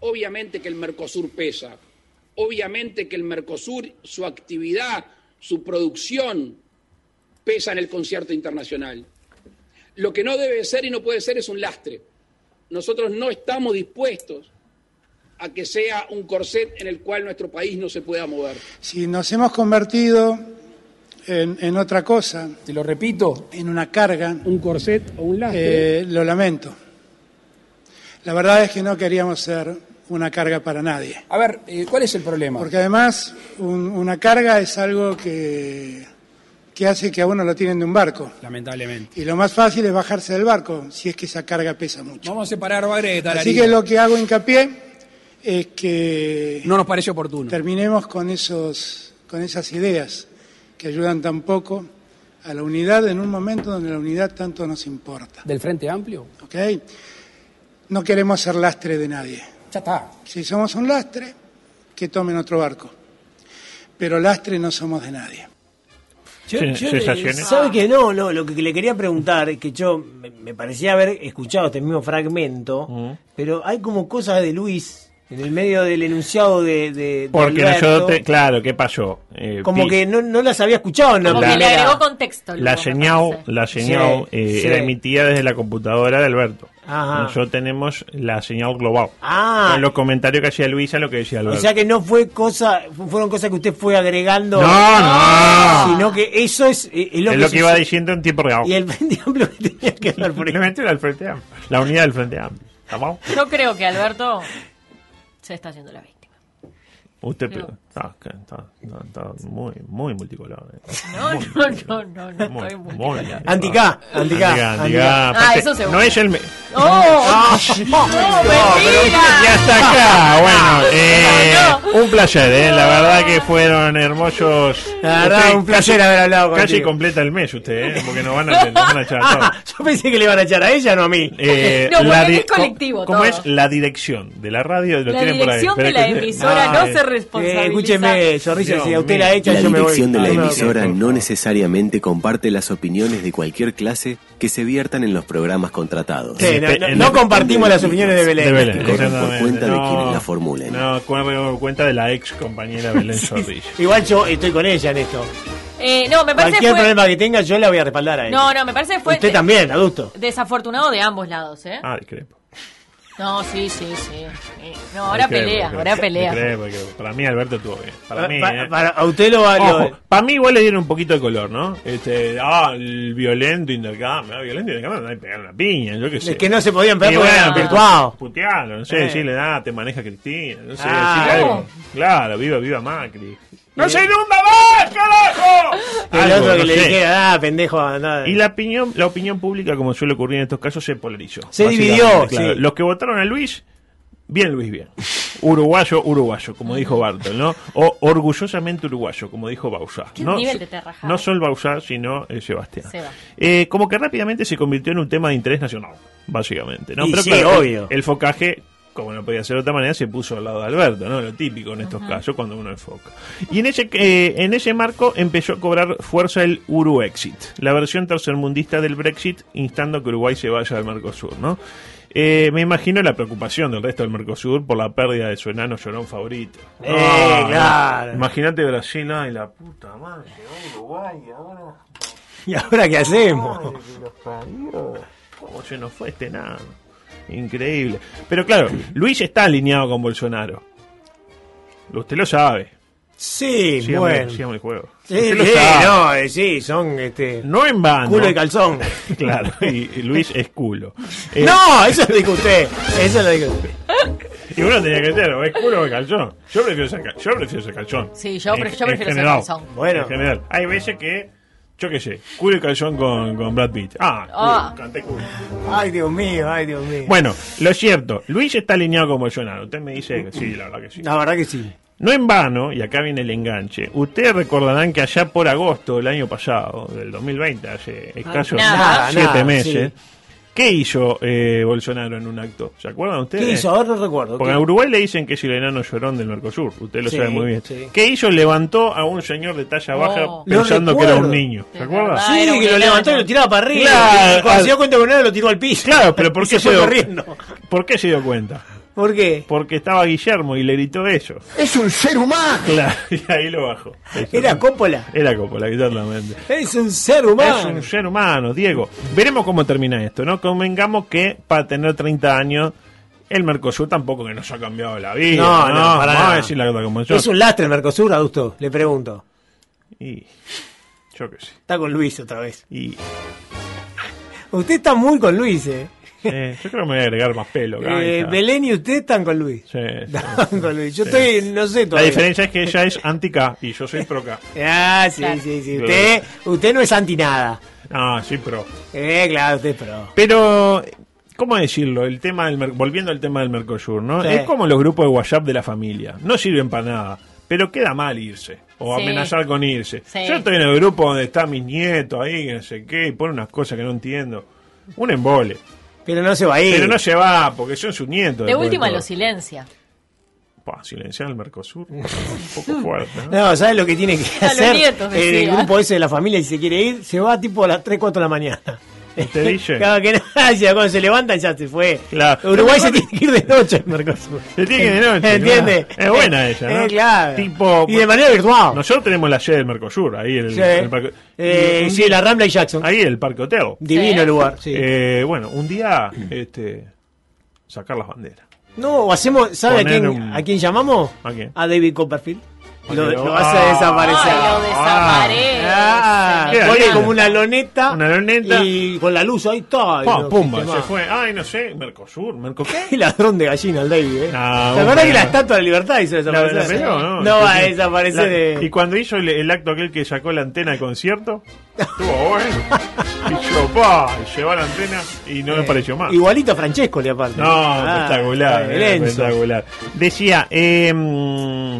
Speaker 8: Obviamente que el Mercosur pesa, obviamente que el Mercosur, su actividad, su producción, pesa en el concierto internacional. Lo que no debe ser y no puede ser es un lastre. Nosotros no estamos dispuestos a que sea un corset en el cual nuestro país no se pueda mover.
Speaker 2: Si nos hemos convertido en, en otra cosa,
Speaker 3: Te lo repito,
Speaker 2: en una carga,
Speaker 3: un corset o un lastre.
Speaker 2: eh, lo lamento. La verdad es que no queríamos ser una carga para nadie.
Speaker 3: A ver, eh, ¿cuál es el problema?
Speaker 2: Porque además un- una carga es algo que, que hace que a uno lo tienen de un barco.
Speaker 3: Lamentablemente.
Speaker 2: Y lo más fácil es bajarse del barco, si es que esa carga pesa mucho.
Speaker 3: Vamos a separar bagre de
Speaker 2: Así que lo que hago hincapié es que
Speaker 3: No nos parece oportuno.
Speaker 2: terminemos con, esos, con esas ideas que ayudan tan poco a la unidad en un momento donde la unidad tanto nos importa.
Speaker 3: ¿Del Frente Amplio?
Speaker 2: ¿ok? No queremos ser lastre de nadie.
Speaker 3: Ya está.
Speaker 2: Si somos un lastre, que tomen otro barco. Pero lastre no somos de nadie.
Speaker 5: Sen- sensaciones.
Speaker 4: ¿Sabe que no? No, lo que le quería preguntar es que yo me, me parecía haber escuchado este mismo fragmento,
Speaker 5: Mm.
Speaker 4: pero hay como cosas de Luis en el medio del enunciado de. de- de
Speaker 5: Porque
Speaker 4: Alberto,
Speaker 5: nosotros, claro, ¿qué pasó? Eh,
Speaker 4: Como
Speaker 5: Pi-
Speaker 4: que no, no las había escuchado, ¿no?
Speaker 6: Como
Speaker 5: La-
Speaker 6: que le
Speaker 5: Mira,
Speaker 6: agregó contexto.
Speaker 5: La
Speaker 6: luego, me
Speaker 5: señal,
Speaker 6: parece.
Speaker 5: la señal
Speaker 4: Sí,
Speaker 5: eh,
Speaker 4: sí.
Speaker 5: era emitida desde la computadora de Alberto.
Speaker 4: Ajá.
Speaker 5: Nosotros tenemos la señal global.
Speaker 4: Ah.
Speaker 5: Con los comentarios que hacía Luisa, lo que decía
Speaker 4: O
Speaker 5: Alberto.
Speaker 4: sea que no fue cosa, fueron cosas que usted fue agregando.
Speaker 5: No, no.
Speaker 4: Sino que eso es, es lo que,
Speaker 5: es lo que
Speaker 4: se-
Speaker 5: iba diciendo en tiempo real.
Speaker 4: Y el Frente Amplio que tenía que dar por ejemplo.
Speaker 5: Simplemente era el Frente Amplio, La unidad del Frente Amplio. ¿Estamos?
Speaker 6: Yo creo que Alberto se está haciendo la víctima.
Speaker 5: Usted
Speaker 6: Creo-
Speaker 5: pe- está, está- está- está muy, muy multicolor. eh.
Speaker 6: No,
Speaker 5: Muy
Speaker 6: no, no, no, no,
Speaker 5: Muy,
Speaker 6: estoy muy
Speaker 5: muy-
Speaker 6: bien.
Speaker 4: Anticá,
Speaker 5: Ah,
Speaker 4: anticá,
Speaker 5: anticá,
Speaker 4: anticá.
Speaker 6: Ah,
Speaker 5: Aparte,
Speaker 6: eso seguro.
Speaker 5: no es el me-
Speaker 6: ¡Oh! mentira!
Speaker 5: Y hasta acá, bueno, eh,
Speaker 6: No,
Speaker 5: un placer, eh, la verdad que fueron hermosos.
Speaker 4: La verdad,
Speaker 5: Usted
Speaker 4: un placer
Speaker 5: casi-
Speaker 4: haber hablado contigo.
Speaker 5: Casi completa el mes usted, eh, porque nos van a, nos van a echar a todos.
Speaker 4: Ah, yo pensé que le iban a echar a ella, no a mí.
Speaker 5: Eh,
Speaker 6: No, porque este
Speaker 5: di-
Speaker 6: es colectivo
Speaker 5: ¿Cómo
Speaker 6: todo.
Speaker 5: es? La dirección de la radio. Lo
Speaker 6: La
Speaker 5: tienen por ahí.
Speaker 6: dirección de
Speaker 5: Espera
Speaker 6: la
Speaker 5: que-
Speaker 6: emisora
Speaker 5: Ah,
Speaker 6: no se
Speaker 4: Eh,
Speaker 6: responsabiliza.
Speaker 4: escúcheme, sonrisa,
Speaker 5: Dios
Speaker 4: si a usted
Speaker 5: mío.
Speaker 4: la echan,
Speaker 1: La
Speaker 4: yo me voy.
Speaker 1: dirección de la
Speaker 4: Ah, no,
Speaker 1: emisora
Speaker 5: por
Speaker 1: no
Speaker 5: favor.
Speaker 1: necesariamente comparte las opiniones de cualquier clase que se viertan en los programas contratados.
Speaker 4: Sí, no, no-
Speaker 5: Espe-
Speaker 4: no compartimos las opiniones de Belén.
Speaker 5: De Belén,
Speaker 1: Que corran por
Speaker 5: exactamente.
Speaker 1: cuenta de quienes la formulen.
Speaker 5: No, corran por cuenta de la ex compañera Belén Zorrilla.
Speaker 4: Igual yo estoy con ella en esto.
Speaker 6: Eh, no, me parece que
Speaker 4: Cualquier
Speaker 6: fue...
Speaker 4: problema que tenga, yo la voy a respaldar a ella.
Speaker 6: No, no, me parece que fue
Speaker 4: Usted también, adulto.
Speaker 6: desafortunado de ambos lados, ¿eh?
Speaker 5: Ah, discrepo.
Speaker 6: No, sí, sí, sí. sí. No, ahora
Speaker 5: Discrepo,
Speaker 6: pelea,
Speaker 5: discrepo.
Speaker 6: ahora pelea.
Speaker 5: Discrepo, discrepo. Para mí Alberto estuvo bien. Para
Speaker 4: Pa-
Speaker 5: mí...
Speaker 4: pa-
Speaker 5: eh.
Speaker 4: para- a usted lo va lo-
Speaker 5: Ojo, para mí igual le dieron un poquito de color, ¿no? Este, ah, el violento intercambio, ah, violento intercambio, no hay que pegar una piña, yo qué sé.
Speaker 4: Es que no se podían pegar
Speaker 5: Y
Speaker 4: porque eran
Speaker 5: bueno,
Speaker 4: virtuados.
Speaker 5: Putealo, no sé,
Speaker 4: Eh.
Speaker 5: decirle, ah, te maneja Cristina, no sé,
Speaker 4: Ah. Eh.
Speaker 5: decirle algo.
Speaker 6: ¿Cómo?
Speaker 5: Claro, viva, viva Macri. ¡No se inunda más, carajo!
Speaker 4: El
Speaker 5: Algo,
Speaker 4: otro que
Speaker 5: no
Speaker 4: le
Speaker 5: sé.
Speaker 4: dijera, ah, pendejo, andá.
Speaker 5: Y la opinión, la opinión pública, como suele ocurrir en estos casos, se polarizó.
Speaker 4: Se
Speaker 5: Básicamente,
Speaker 4: dividió,
Speaker 5: claro.
Speaker 4: sí.
Speaker 5: Los que votaron a Luis, bien Luis, bien. Uruguayo, uruguayo, como dijo Bartol, ¿no? O orgullosamente uruguayo, como dijo Bausá.
Speaker 6: Qué
Speaker 5: no,
Speaker 6: nivel de terrajada.
Speaker 5: no solo Bausá, sino eh, Sebastián.
Speaker 6: Seba.
Speaker 5: Eh, como que rápidamente se convirtió en un tema de interés nacional, básicamente. ¿no?
Speaker 4: Y sí,
Speaker 5: claro, el-
Speaker 4: obvio.
Speaker 5: El focaje, como no podía ser de otra manera, se puso al lado de Alberto, ¿no? Lo típico en estos casos cuando uno enfoca. Y en ese, eh, en ese marco empezó a cobrar fuerza el Uruexit, la versión tercermundista del Brexit, instando que Uruguay se vaya del Mercosur, ¿no? Eh, me imagino la preocupación del resto del Mercosur por la pérdida de su enano llorón favorito.
Speaker 4: Eh,
Speaker 5: Ah,
Speaker 4: claro.
Speaker 5: Imagínate Brasil, ay, la puta madre, Uruguay, ahora.
Speaker 4: ¿Y ahora qué hacemos?
Speaker 5: ¿Cómo se nos fue este nada? Increíble. Pero claro, Luis está alineado con Bolsonaro. Usted lo sabe.
Speaker 4: Sí,
Speaker 5: Sigamos,
Speaker 4: bueno.
Speaker 5: sigamos el juego.
Speaker 4: Sí,
Speaker 5: Usted lo
Speaker 4: sí,
Speaker 5: sabe.
Speaker 4: no, eh, sí, son este,
Speaker 5: No en vano.
Speaker 4: culo y calzón.
Speaker 5: Claro, y, y Luis es culo. Eh,
Speaker 4: no, eso lo dijo usted. Eso lo dijo usted.
Speaker 5: Y uno tenía que ser, o es culo o es calzón. Yo prefiero ser, cal- yo prefiero ser calzón.
Speaker 6: Sí, yo
Speaker 5: En-
Speaker 6: pref- yo
Speaker 5: en
Speaker 6: prefiero ser
Speaker 5: general.
Speaker 6: calzón.
Speaker 4: Bueno.
Speaker 5: En general. Hay veces que, yo qué sé, culo y calzón con, con Brad Pitt. Ah, culo,
Speaker 6: Ah.
Speaker 5: canté culo.
Speaker 4: Ay, Dios mío, ay, Dios mío.
Speaker 5: Bueno, lo cierto, Luis está alineado con Bolsonaro. Usted me dice que sí, la verdad que sí.
Speaker 4: la verdad que sí.
Speaker 5: No en vano, y acá viene el enganche, ustedes recordarán que allá por agosto del año pasado, del 2020, hace escasos
Speaker 6: nada,
Speaker 5: siete
Speaker 4: Ah, nada,
Speaker 5: meses, ¿qué hizo eh, Bolsonaro en un acto? ¿Se acuerdan
Speaker 4: ¿Qué
Speaker 5: ustedes?
Speaker 4: hizo? Ahora no recuerdo.
Speaker 5: Porque
Speaker 4: ¿Qué-
Speaker 5: a Uruguay le dicen que es el enano llorón del Mercosur, usted lo
Speaker 4: Sí,
Speaker 5: sabe muy bien.
Speaker 4: sí.
Speaker 5: ¿Qué hizo? Levantó a un señor de talla baja
Speaker 6: Oh.
Speaker 5: pensando
Speaker 4: Lo
Speaker 5: que era un
Speaker 4: recuerdo.
Speaker 5: niño. ¿Se
Speaker 6: De
Speaker 5: acuerdan?
Speaker 6: verdad. Ah, era
Speaker 4: Sí,
Speaker 6: un
Speaker 4: que lo
Speaker 6: enano.
Speaker 4: levantó y lo tiraba para arriba.
Speaker 5: Claro.
Speaker 4: Y Cuando se dio cuenta que no era, lo tiró al piso.
Speaker 5: Claro, pero ¿por
Speaker 4: Y
Speaker 5: qué
Speaker 4: se fue
Speaker 5: dio-
Speaker 4: corriendo?
Speaker 5: ¿Por qué se dio cuenta?
Speaker 4: ¿Por qué?
Speaker 5: Porque estaba Guillermo y le gritó eso.
Speaker 9: ¡Es un ser humano!
Speaker 5: Claro, y ahí lo bajó.
Speaker 4: Era Coppola.
Speaker 5: Era Coppola, exactamente.
Speaker 4: Es un ser humano.
Speaker 5: Es un ser humano, Diego. Veremos cómo termina esto, ¿no? Convengamos que para tener 30 años, el Mercosur tampoco que nos ha cambiado la vida.
Speaker 4: No, no, para
Speaker 5: vamos a
Speaker 4: nada.
Speaker 5: decir la verdad como yo.
Speaker 4: ¿Es un lastre el Mercosur, adusto? Le pregunto.
Speaker 5: Y, yo qué sé.
Speaker 4: Está con Luis otra vez.
Speaker 5: Y,
Speaker 4: Usted está muy con Luis, eh.
Speaker 5: eh, yo creo que me voy a agregar más pelo.
Speaker 4: Eh,
Speaker 5: ganja.
Speaker 4: Belén y usted están con Luis.
Speaker 5: Sí, sí.
Speaker 4: Están con Luis. Yo
Speaker 5: Sí.
Speaker 4: estoy, no sé
Speaker 5: La
Speaker 4: todavía.
Speaker 5: diferencia es que ella es anti-K y yo soy pro-K.
Speaker 4: Ah, sí,
Speaker 6: Claro.
Speaker 4: sí, sí. Usted, usted no es anti nada.
Speaker 5: Ah, sí, pro.
Speaker 4: Eh, claro, usted es pro.
Speaker 5: Pero, ¿cómo decirlo? El tema del Mer- volviendo al tema del Mercosur, ¿no?
Speaker 4: Sí.
Speaker 5: Es como los grupos de WhatsApp de la familia. No sirven para nada. Pero queda mal irse. O
Speaker 6: Sí.
Speaker 5: amenazar con irse.
Speaker 6: Sí.
Speaker 5: Yo estoy en el grupo donde están mis nietos ahí, que no sé qué, y ponen unas cosas que no entiendo. Un embole.
Speaker 4: Pero no se va a ir.
Speaker 5: Pero no se va, porque son sus nietos.
Speaker 6: De
Speaker 5: después
Speaker 6: última
Speaker 5: todo.
Speaker 6: lo silencia.
Speaker 5: Pa, silenciar el Mercosur. Un poco fuerte. ¿no?
Speaker 4: No, ¿sabes lo que tiene que
Speaker 6: A los
Speaker 4: hacer?
Speaker 6: nietos,
Speaker 4: en el
Speaker 6: decía.
Speaker 4: grupo ese de la familia, si se quiere ir, se va tipo a las 3, 4 de la mañana.
Speaker 5: ¿Usted dice?
Speaker 4: Claro que no, ya cuando se levantan ya se fue.
Speaker 5: Claro.
Speaker 4: Uruguay se tiene que ir de noche al Mercosur.
Speaker 5: Se tiene que ir de noche,
Speaker 4: ¿Entiende?
Speaker 5: claro. Es buena ella, ¿no?
Speaker 4: Eh, claro.
Speaker 5: Tipo-
Speaker 4: y de manera virtual.
Speaker 5: Nosotros tenemos la sede del Mercosur, ahí el,
Speaker 4: sí.
Speaker 5: el parque-
Speaker 4: Eh,
Speaker 5: un
Speaker 4: sí,
Speaker 5: día-
Speaker 4: la Rambla y Jackson.
Speaker 5: ahí el Parque Hotel.
Speaker 4: Divino
Speaker 6: Sí.
Speaker 4: lugar. sí.
Speaker 5: Eh, bueno, un día este, sacar las banderas.
Speaker 4: no, o hacemos, ¿sabe a
Speaker 5: poner
Speaker 4: quién,
Speaker 5: un-
Speaker 4: a quién llamamos?
Speaker 5: ¿A quién?
Speaker 4: David Copperfield. Lo,
Speaker 5: Pero-
Speaker 4: lo vas a
Speaker 5: Ah,
Speaker 4: desaparecer.
Speaker 6: Ay, lo desaparece.
Speaker 4: Ah,
Speaker 5: Queda
Speaker 4: pone
Speaker 5: bien.
Speaker 4: como una loneta.
Speaker 5: Una loneta.
Speaker 4: Y con la luz, ahí está.
Speaker 5: Pa,
Speaker 4: Y
Speaker 5: pumba,
Speaker 4: no,
Speaker 5: se
Speaker 4: qué
Speaker 5: fue. Ay, no sé, Mercosur, Merco
Speaker 4: más. Qué ladrón de gallina el David, eh.
Speaker 5: No,
Speaker 4: ¿Te acuerdas
Speaker 5: hombre,
Speaker 4: que la
Speaker 5: no.
Speaker 4: estatua de la libertad hizo
Speaker 5: Ah, La-
Speaker 4: desaparecer?
Speaker 5: la peleó, ¿no?
Speaker 4: va a
Speaker 5: Inclusive,
Speaker 4: desaparecer
Speaker 5: la-
Speaker 4: de.
Speaker 5: Y cuando hizo el, el acto aquel que sacó la antena de concierto, estuvo bueno. Y yo, pa, y llevó la antena y no le pareció más.
Speaker 4: Eh, Igualito a Francesco, le aparte.
Speaker 5: No,
Speaker 4: Ah,
Speaker 5: espectacular,
Speaker 4: el
Speaker 5: eh,
Speaker 4: Enzo.
Speaker 5: espectacular. Decía, eh, mm,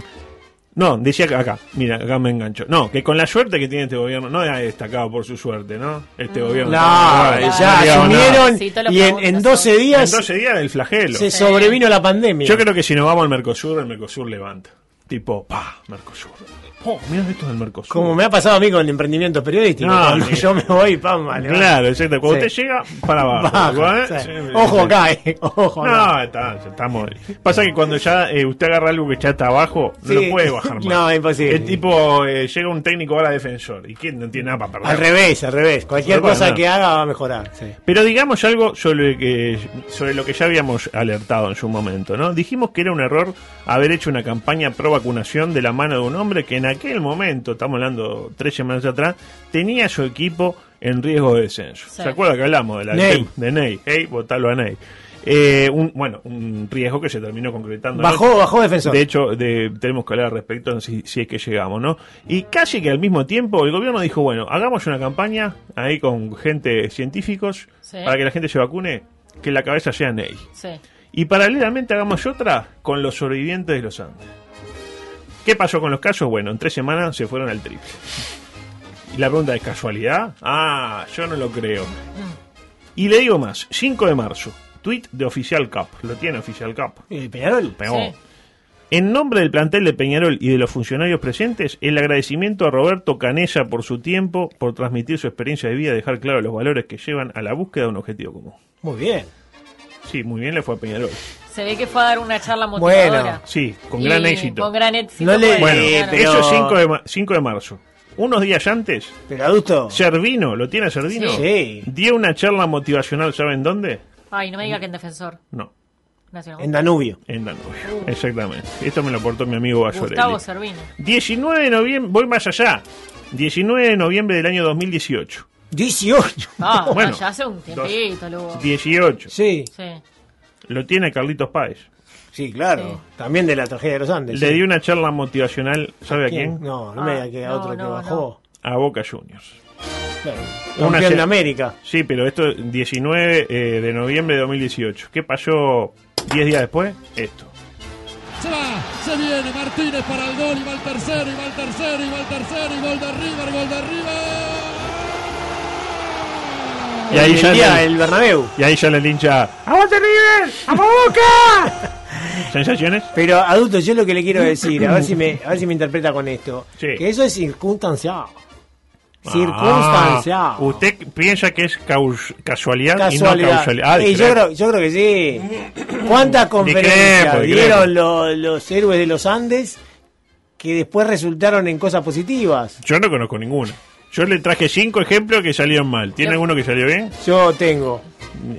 Speaker 5: no, decía que acá, mira, acá me engancho. No, que con la suerte que tiene este gobierno, no es destacado por su suerte, ¿no? Este gobierno.
Speaker 4: No,
Speaker 5: Ah,
Speaker 4: ya
Speaker 5: no digamos nada.
Speaker 4: asumieron
Speaker 6: Sí, todos los
Speaker 4: y en,
Speaker 6: preguntas
Speaker 4: en 12
Speaker 6: son-
Speaker 5: En
Speaker 4: días
Speaker 5: 12 días del flagelo.
Speaker 4: se sobrevino la pandemia.
Speaker 5: Yo creo que si nos vamos al Mercosur, el Mercosur levanta. Tipo, pa, Mercosur. Oh, mira esto del Mercosur.
Speaker 4: Como me ha pasado a mí con emprendimientos periodísticos.
Speaker 5: No,
Speaker 4: cuando
Speaker 5: sí.
Speaker 4: yo me voy, pam, vale. vale.
Speaker 5: Claro, exacto. Cuando
Speaker 4: ¿eh? Sí.
Speaker 5: usted llega, para abajo.
Speaker 4: Baja,
Speaker 5: ¿eh?
Speaker 4: sí.
Speaker 5: Sí,
Speaker 4: Ojo
Speaker 5: sí.
Speaker 4: acá, eh. Ojo acá.
Speaker 5: No, está, estamos. Pasa que cuando ya eh, usted agarra algo que ya está abajo, no
Speaker 4: Sí.
Speaker 5: lo puede bajar más.
Speaker 4: No, imposible.
Speaker 5: El tipo eh, llega un técnico ahora defensor y quién no tiene nada para perder.
Speaker 4: Al revés, al revés. Cualquier
Speaker 5: Bueno,
Speaker 4: cosa
Speaker 5: no.
Speaker 4: que haga va a mejorar. sí.
Speaker 5: Pero digamos algo sobre, que, sobre lo que ya habíamos alertado en su momento, ¿no? Dijimos que era un error haber hecho una campaña pro vacunación de la mano de un hombre que en aquel momento, estamos hablando tres semanas atrás, tenía su equipo en riesgo de descenso.
Speaker 6: Sí.
Speaker 5: ¿Se acuerda que hablamos de la
Speaker 4: Ney.
Speaker 5: de Ney? Hey, votalo a Ney. Eh, un- bueno, un riesgo que se terminó concretando. ¿no?
Speaker 4: Bajó, bajó defensor.
Speaker 5: De hecho, de- tenemos que hablar al respecto si, si es que llegamos, ¿no? Y casi que al mismo tiempo el gobierno dijo, bueno, hagamos una campaña ahí con gente, científicos,
Speaker 6: Sí.
Speaker 5: para que la gente se vacune, que la cabeza sea Ney.
Speaker 6: Sí.
Speaker 5: Y paralelamente hagamos otra con los sobrevivientes de los Andes. ¿Qué pasó con los casos? Bueno, en tres semanas se fueron al triple. Y la pregunta es casualidad. Ah, yo no lo creo. Y le digo más, 5 de marzo, tweet de Oficial Cap, lo tiene Oficial Cap.
Speaker 4: Eh, Peñarol.
Speaker 5: Pegó.
Speaker 6: Sí.
Speaker 5: En nombre del plantel de Peñarol y de los funcionarios presentes, el agradecimiento a Roberto Canella por su tiempo, por transmitir su experiencia de vida, dejar claro los valores que llevan a la búsqueda de un objetivo común.
Speaker 4: Muy bien.
Speaker 5: Sí, muy bien le fue a Peñarol.
Speaker 6: Se ve que fue a dar una charla
Speaker 4: Bueno,
Speaker 6: motivadora.
Speaker 5: Sí, con
Speaker 6: Y
Speaker 5: gran éxito.
Speaker 6: Con gran éxito. pues.
Speaker 4: No le-
Speaker 6: puede
Speaker 5: Bueno,
Speaker 6: ser.
Speaker 4: pero-
Speaker 5: eso es 5 de, ma- 5 de marzo. Unos días antes,
Speaker 4: Pero adulto.
Speaker 5: Servino, ¿lo tiene Servino?
Speaker 4: Sí.
Speaker 5: Dio una charla motivacional, ¿saben dónde?
Speaker 6: Ay, no me diga que en defensor
Speaker 5: No,
Speaker 6: nacional.
Speaker 4: En Danubio.
Speaker 5: en Danubio. Exactamente. Esto me lo aportó mi amigo Bayorelli.
Speaker 6: Gustavo Servino.
Speaker 5: 19 de noviembre, voy más allá. 19 de noviembre del año 2018.
Speaker 4: 18.
Speaker 6: Ah,
Speaker 5: Bueno,
Speaker 6: no, ya hace un tiempito, Lugo.
Speaker 5: 18.
Speaker 4: Sí,
Speaker 6: Sí.
Speaker 5: Lo tiene Carlitos Páez.
Speaker 4: sí, claro. También de la tragedia de los Andes.
Speaker 5: Le
Speaker 4: sí.
Speaker 5: di una charla motivacional, ¿sabe a quién?
Speaker 4: No, no me diga que a
Speaker 6: Ah,
Speaker 4: otro
Speaker 6: no,
Speaker 4: que
Speaker 6: no,
Speaker 4: bajó.
Speaker 5: A Boca Juniors.
Speaker 4: Claro.
Speaker 5: Una
Speaker 4: Campeón
Speaker 5: se-
Speaker 4: de América.
Speaker 5: Sí, pero esto es 19 eh, de noviembre de 2018. ¿Qué pasó 10 días después? Esto.
Speaker 9: Se va, se viene Martínez para el gol y va el tercero, y va el tercero, y va el tercero, y gol de River, gol de River.
Speaker 5: Y ahí
Speaker 4: el
Speaker 5: ya
Speaker 4: día
Speaker 5: le-
Speaker 4: del Bernabéu.
Speaker 5: Y ahí ya le lincha. ¡Aguante River! ¡Vamos Boca! ¿Sensaciones?
Speaker 4: Pero adulto, yo lo que le quiero decir, a ver si me, a ver si me interpreta con esto,
Speaker 5: Sí.
Speaker 4: que eso es circunstancial. Circunstancial.
Speaker 5: Ah, ¿Usted piensa que es caus- casualidad, y no
Speaker 4: casualidad.
Speaker 5: causalidad? Ah,
Speaker 4: Y yo,
Speaker 5: discrepo.
Speaker 4: creo, yo creo que sí. ¿Cuántas conferencias
Speaker 5: Discrepo, discrepo.
Speaker 4: dieron lo- los héroes de los Andes que después resultaron en cosas positivas?
Speaker 5: Yo no conozco ninguno. Yo le traje cinco ejemplos que salieron mal. ¿Tiene alguno que salió bien?
Speaker 4: Yo tengo.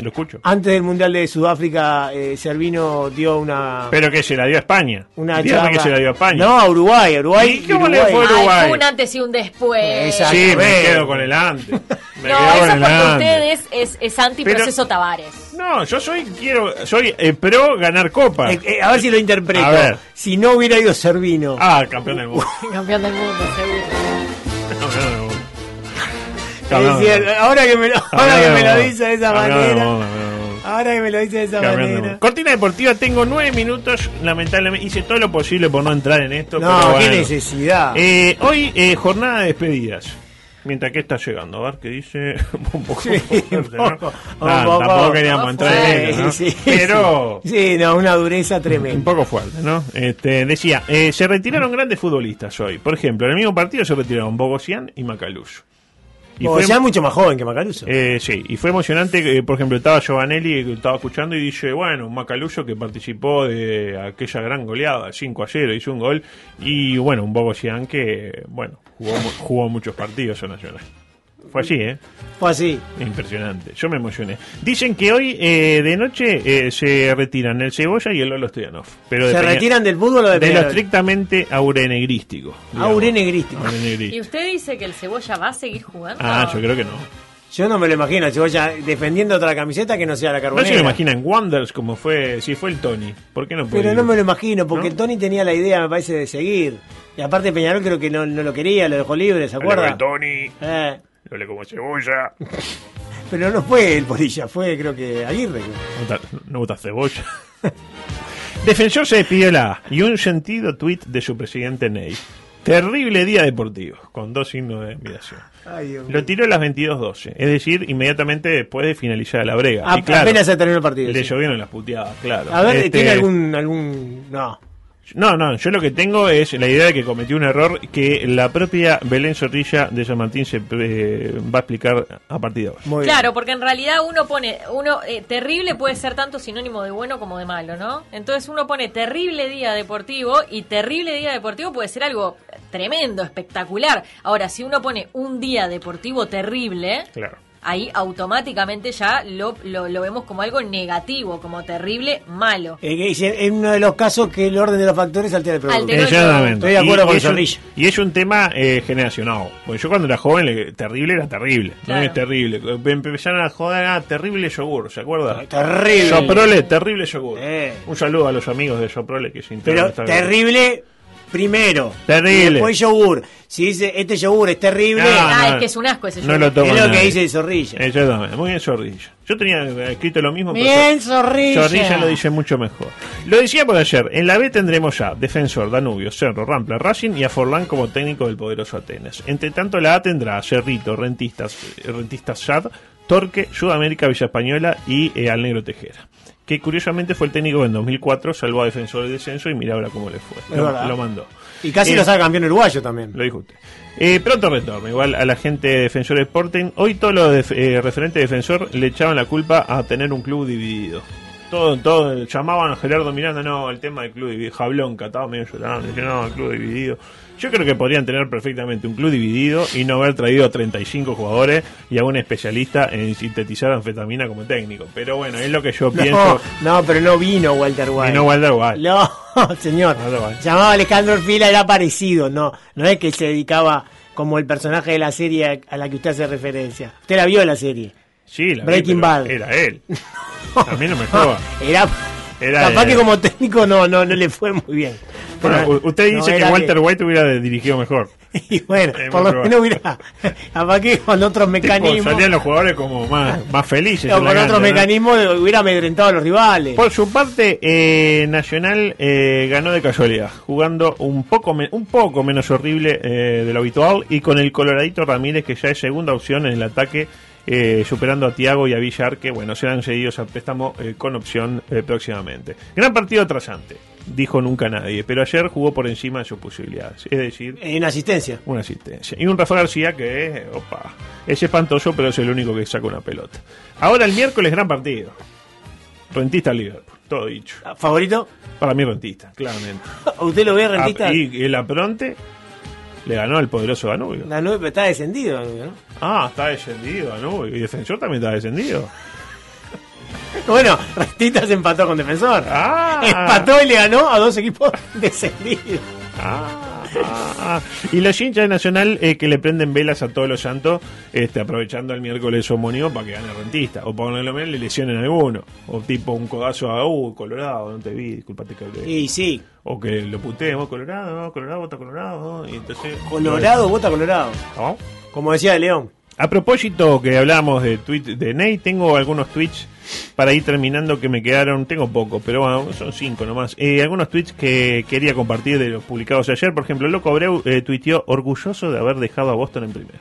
Speaker 5: Lo escucho.
Speaker 4: Antes del Mundial de Sudáfrica, eh, Servino dio una,
Speaker 5: Pero que se la dio a España.
Speaker 4: una
Speaker 5: Dígame que se la dio a España.
Speaker 4: No, a Uruguay, a Uruguay.
Speaker 5: ¿Y cómo le
Speaker 4: Uruguay.
Speaker 5: fue? Uruguay.
Speaker 6: Ay, fue Ah, un antes y un después.
Speaker 4: Exacto.
Speaker 5: sí, me
Speaker 4: Bueno.
Speaker 5: quedo con el antes. Me
Speaker 6: No,
Speaker 5: quedo con
Speaker 6: eso
Speaker 5: el
Speaker 6: porque
Speaker 5: antes.
Speaker 6: ustedes es, es antiproceso
Speaker 5: Pero-
Speaker 6: Tavares.
Speaker 5: No, yo soy quiero soy eh, pro ganar
Speaker 4: Ah.
Speaker 5: copa.
Speaker 4: Eh, eh, a ver si lo interpreto.
Speaker 5: A ver.
Speaker 4: Si no hubiera ido Servino.
Speaker 5: Ah, campeón del mundo.
Speaker 6: Campeón del mundo, seguro.
Speaker 5: Campeón del mundo.
Speaker 4: Es cierto, ahora que me lo, ahora que me lo dice de esa
Speaker 5: Campeón del
Speaker 4: manera.
Speaker 5: mundo, campeón del mundo.
Speaker 4: Ahora que me lo dice de esa
Speaker 5: Campeón del
Speaker 4: manera.
Speaker 5: mundo. Cortina deportiva, tengo nueve minutos. Lamentablemente hice todo lo posible por no entrar en esto. pero
Speaker 4: No, qué
Speaker 5: bueno.
Speaker 4: necesidad.
Speaker 5: Eh, hoy, eh, jornada de despedidas. Mientras que está llegando, a ver qué dice. un poco
Speaker 4: Sí,
Speaker 5: fuerte,
Speaker 4: un
Speaker 5: ¿no?
Speaker 4: poco,
Speaker 5: Ah,
Speaker 4: un poco.
Speaker 5: tampoco queríamos entrar en eso. ¿no?
Speaker 4: Sí, sí,
Speaker 5: Pero.
Speaker 4: sí. Sí, no, una dureza
Speaker 5: Un
Speaker 4: tremenda.
Speaker 5: poco fuerte, ¿no? Este, decía, eh, se retiraron grandes futbolistas hoy. Por ejemplo, en el mismo partido se retiraron Bogosian y Macaluz. Y
Speaker 4: O
Speaker 5: fue-
Speaker 4: sea, mucho más joven que Macaluso.
Speaker 5: eh, sí, y fue emocionante, eh, por ejemplo, estaba Giovanelli que estaba escuchando y dice, bueno, un Macaluso que participó de aquella gran goleada, 5 a 0, hizo un gol, y bueno, un Bobo Sian que, bueno, jugó, mu- jugó muchos partidos en Nacional. Fue así, ¿eh?
Speaker 4: Fue así.
Speaker 5: Impresionante. Yo me emocioné. Dicen que hoy eh, de noche eh, se retiran el Cebolla y el Lolo Stoyanov. Pero de
Speaker 4: Se
Speaker 5: Peña-
Speaker 4: retiran del fútbol o de
Speaker 5: de lo
Speaker 4: Peñarol.
Speaker 5: estrictamente aurenegrístico. digamos.
Speaker 4: Aurenegrístico.
Speaker 6: ¿Y
Speaker 5: Aurenegrístico.
Speaker 6: usted dice que el cebolla va a seguir jugando?
Speaker 5: Ah, yo creo que no.
Speaker 4: Yo no me lo imagino, Cebolla defendiendo otra camiseta que no sea la
Speaker 5: No
Speaker 4: carbonera.
Speaker 5: se lo imaginan Wonders como fue, si fue el Tony. ¿Por qué no puede
Speaker 4: Pero
Speaker 5: ir?
Speaker 4: no me lo imagino, porque
Speaker 5: ¿No?
Speaker 4: el Tony tenía la idea, me parece, de seguir. Y aparte Peñarol creo que no, no lo quería, lo dejó libre, ¿se
Speaker 5: Hablé con
Speaker 4: acuerda?
Speaker 5: el Tony,
Speaker 4: Eh,
Speaker 5: hablé como cebolla.
Speaker 4: pero no fue el Polilla, fue creo que Aguirre.
Speaker 5: No vota- No vota cebolla. Defensor se despidió la A y un sentido tuit de su presidente Ney. Terrible día deportivo, con dos signos de admiración.
Speaker 4: Ay, Dios mío.
Speaker 5: Lo tiró a las 22.12, es decir, inmediatamente después de finalizar la brega.
Speaker 4: A-
Speaker 5: y claro,
Speaker 4: Ah, apenas se terminó el partido.
Speaker 5: le
Speaker 4: sí.
Speaker 5: llovieron las puteadas, claro.
Speaker 4: A ver,
Speaker 5: Este,
Speaker 4: ¿tiene algún, algún...? No.
Speaker 5: No, no, yo lo que tengo es la idea de que cometió un error que la propia Belén Zorrilla de San Martín se, eh, va a explicar a partir de ahora.
Speaker 4: Muy bien.
Speaker 6: Claro, porque en realidad uno pone, uno eh, terrible puede ser tanto sinónimo de bueno como de malo, ¿no? Entonces uno pone terrible día deportivo y terrible día deportivo puede ser algo tremendo, espectacular. Ahora, si uno pone un día deportivo terrible,
Speaker 5: Claro.
Speaker 6: ahí automáticamente ya lo, lo, lo vemos como algo negativo, como terrible, malo.
Speaker 4: Eh, que dice, en uno de los casos que el orden de los factores altera el producto.
Speaker 6: Altera el
Speaker 5: Exactamente.
Speaker 4: Estoy de acuerdo
Speaker 5: Y-
Speaker 4: con
Speaker 5: y es un-
Speaker 4: Zorrilla.
Speaker 5: Y es un tema eh, generacional. Porque yo cuando era joven, le- terrible era terrible.
Speaker 6: Claro.
Speaker 5: No es terrible. Empe- Empezaron a joder a terrible yogur, ¿se acuerda?
Speaker 4: Terrible.
Speaker 5: Soprole, terrible yogur.
Speaker 4: Eh.
Speaker 5: Un saludo a los amigos de Soprole que se
Speaker 4: Pero
Speaker 5: integraron. esta vez.
Speaker 4: terrible primero.
Speaker 5: Terrible.
Speaker 4: Y después yogur. Si dice, este yogur es terrible,
Speaker 5: No,
Speaker 6: Ah,
Speaker 5: no,
Speaker 6: es que es un asco ese
Speaker 5: No
Speaker 6: yogur.
Speaker 5: lo tomo.
Speaker 4: es lo que dice el zorrilla.
Speaker 5: Exactamente. Muy bien, Zorrilla. Yo tenía eh, escrito lo mismo. pero-
Speaker 4: Bien, zorrilla.
Speaker 5: Zorrilla lo dice mucho mejor. Lo decíamos ayer, en la B tendremos ya Defensor, Danubio, Cerro, Rampla, Racing y a Forlán como técnico del poderoso Atenas. Entre tanto, la A tendrá a Cerrito, Rentistas, eh, Rentistas Sad, Torque, Sudamérica, Villa Española y eh, al Negro Tejera. Que curiosamente fue el técnico que en 2004, salvó a Defensor del descenso y mira ahora cómo le fue.
Speaker 4: Es
Speaker 5: Lo,
Speaker 4: verdad.
Speaker 5: lo mandó.
Speaker 4: Y casi
Speaker 5: Eh,
Speaker 4: lo saca campeón uruguayo también.
Speaker 5: lo dijo usted. Eh, pronto retorno, igual a la gente de Defensor Sporting. Hoy todos los def- eh, referentes de Defensor le echaban la culpa a tener un club dividido. Todo, todo, llamaban a Gerardo Miranda, no, el tema del club dividido. Jablonca, estaba medio llorando, decía, no, el club dividido. Yo creo que podrían tener perfectamente un club dividido y no haber traído a 35 jugadores y a un especialista en sintetizar anfetamina como técnico. Pero bueno, es lo que yo
Speaker 4: No,
Speaker 5: pienso.
Speaker 4: no, pero no vino Walter White.
Speaker 5: Y no Walter White.
Speaker 4: No, señor.
Speaker 5: Walter White.
Speaker 4: Llamaba a Alejandro Orfila, era parecido. No, no es que se dedicaba como el personaje de la serie a la que usted hace referencia. Usted la vio la serie.
Speaker 5: Sí, la vi,
Speaker 4: Breaking
Speaker 5: pero
Speaker 4: Bad.
Speaker 5: Era él. A mí no me joda.
Speaker 4: Era,
Speaker 5: Ah. Era-
Speaker 4: capaz
Speaker 5: era-
Speaker 4: que como técnico no, no, no le fue muy bien.
Speaker 5: Bueno,
Speaker 4: Pero-
Speaker 5: u- usted
Speaker 4: no,
Speaker 5: dice
Speaker 4: era
Speaker 5: que Walter
Speaker 4: bien.
Speaker 5: White hubiera de- dirigido mejor.
Speaker 4: Y bueno,
Speaker 5: Es muy
Speaker 4: por lo
Speaker 5: probable.
Speaker 4: menos hubiera. Capaz que con otros
Speaker 5: Tipo,
Speaker 4: mecanismos.
Speaker 5: salían los jugadores como más, más felices.
Speaker 4: o
Speaker 5: en la
Speaker 4: con otros
Speaker 5: cancha, ¿no?
Speaker 4: mecanismos hubiera amedrentado a los rivales.
Speaker 5: Por su parte, eh, Nacional eh, ganó de casualidad, jugando un poco, me- un poco menos horrible eh, de lo habitual y con el coloradito Ramírez, que ya es segunda opción en el ataque, eh, superando a Tiago y a Villar, que bueno, serán cedidos a préstamo eh, con opción eh, próximamente. Gran partido atrasante, dijo nunca nadie, pero ayer jugó por encima de sus posibilidades. Es decir,
Speaker 4: En asistencia.
Speaker 5: una asistencia. Y un Rafa García que eh, opa, es espantoso, pero es el único que saca una pelota. Ahora el miércoles, gran partido. Rentista Liverpool, todo dicho.
Speaker 4: ¿Favorito?
Speaker 5: Para mí, rentista, claramente.
Speaker 4: ¿Usted lo ve rentista?
Speaker 5: Ah, Y el apronte le ganó al poderoso Danubio.
Speaker 4: La nube está descendido, ¿no?
Speaker 5: Ah, está descendido Danubio. Y Defensor también está descendido.
Speaker 4: Bueno, Rentista se empató con Defensor.
Speaker 5: Ah.
Speaker 4: Empató y le ganó a dos equipos descendidos.
Speaker 5: Ah, ah, ah. Y los hinchas de Nacional eh, que le prenden velas a todos los santos, este, aprovechando el miércoles homónimo para que gane el rentista. O para lo menos le lesionen a alguno. O tipo un codazo a uh, Colorado, no te vi, disculpate que hablé".
Speaker 4: Y sí,
Speaker 5: O que lo puteemos, Colorado, no, Colorado, vota Colorado. ¿no? Y entonces,
Speaker 4: Colorado vota Colorado.
Speaker 5: ¿No?
Speaker 4: Como decía de León.
Speaker 5: A propósito que hablábamos de tweet de Ney, tengo algunos tweets para ir terminando que me quedaron, tengo poco, pero bueno, son cinco nomás. Eh, algunos tweets que quería compartir de los publicados ayer, por ejemplo, Loco Abreu eh, tuiteó orgulloso de haber dejado a Boston en primera.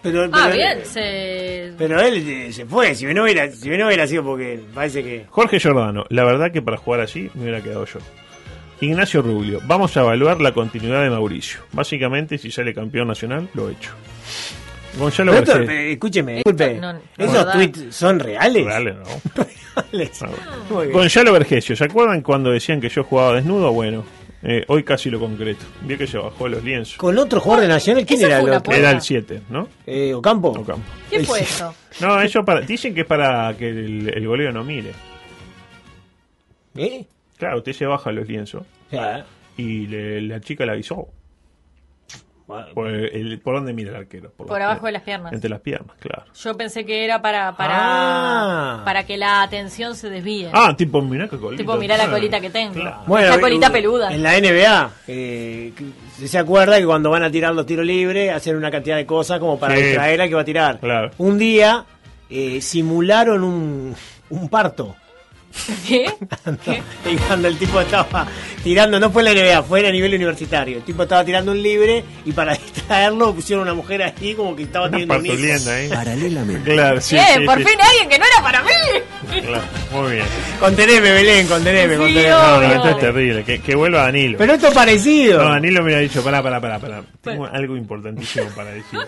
Speaker 4: Pero,
Speaker 6: Ah,
Speaker 4: pero- eh,
Speaker 6: bien, se...
Speaker 4: Pero él eh, se fue. Si no hubiera, si no hubiera sido porque parece que.
Speaker 5: Jorge Giordano, la verdad que para jugar así me hubiera quedado yo. Ignacio Rubio, vamos a evaluar la continuidad de Mauricio. Básicamente, si sale campeón nacional, lo he hecho. Gonzalo
Speaker 4: Pero esto,
Speaker 5: Garcés.
Speaker 4: eh, escúcheme, disculpe.
Speaker 6: no, no,
Speaker 4: ¿Esos
Speaker 6: ¿verdad?
Speaker 4: tweets son reales?
Speaker 5: Dale, ¿no?
Speaker 4: Reales.
Speaker 5: Ah, bueno.
Speaker 4: Muy bien.
Speaker 5: Gonzalo Vergesio, ¿se acuerdan cuando decían que yo jugaba desnudo? Bueno, Eh, hoy casi lo concreto. Vio que se bajó a los lienzos.
Speaker 4: Con otro jugador de Nacional, ¿quién
Speaker 6: Esa
Speaker 4: era
Speaker 6: fue
Speaker 4: el
Speaker 6: una
Speaker 4: otro?
Speaker 6: apuesta.
Speaker 5: Era el 7, ¿no?
Speaker 4: Eh, Ocampo.
Speaker 5: Ocampo.
Speaker 6: ¿Qué
Speaker 4: El
Speaker 6: fue
Speaker 4: siete.
Speaker 6: eso?
Speaker 5: No, eso para, dicen que es para que el, el goleo no mire.
Speaker 4: ¿Eh?
Speaker 5: Claro, usted se baja a los lienzos
Speaker 4: O sea,
Speaker 5: y le- la chica le avisó.
Speaker 4: bueno,
Speaker 5: Por, el- por dónde mira el arquero. Por,
Speaker 6: Por
Speaker 5: las
Speaker 6: abajo de
Speaker 5: piernas.
Speaker 6: las piernas.
Speaker 5: Entre las piernas, claro.
Speaker 6: Yo pensé que era para para,
Speaker 4: Ah.
Speaker 6: para que la atención se desvíe.
Speaker 5: Ah, tipo, mirá qué colita.
Speaker 6: tipo, mirá la
Speaker 5: Ah,
Speaker 6: colita que tengo.
Speaker 5: claro.
Speaker 4: Bueno,
Speaker 6: Esa colita
Speaker 4: eh,
Speaker 6: peluda.
Speaker 4: En la NBA, eh, que- se acuerda que cuando van a tirar los tiros libres, hacen una cantidad de cosas como para
Speaker 5: Sí.
Speaker 4: distraer al que va a tirar.
Speaker 5: Claro.
Speaker 4: Un día eh, simularon un, un parto.
Speaker 6: ¿Qué?
Speaker 4: Y cuando el tipo estaba tirando, no fue en la NBA, fue a nivel universitario. El tipo estaba tirando un libre y para distraerlo pusieron una mujer ahí como que estaba
Speaker 5: Una
Speaker 4: teniendo un hijo.
Speaker 5: partolienda ahí.
Speaker 1: Paralelamente,
Speaker 5: Claro, sí.
Speaker 6: Bien,
Speaker 5: sí,
Speaker 6: ¡Eh, por
Speaker 5: sí.
Speaker 6: fin alguien que no era para mí.
Speaker 5: Claro, muy bien.
Speaker 4: Conteneme, Belén, conteneme,
Speaker 6: Sí,
Speaker 4: conteneme.
Speaker 5: No, no,
Speaker 6: Obvio.
Speaker 5: esto es terrible. Que, que vuelva Danilo.
Speaker 4: Pero esto es parecido.
Speaker 5: No, Danilo me ha dicho, pará, pará, pará, pará. Tengo algo importantísimo para decir.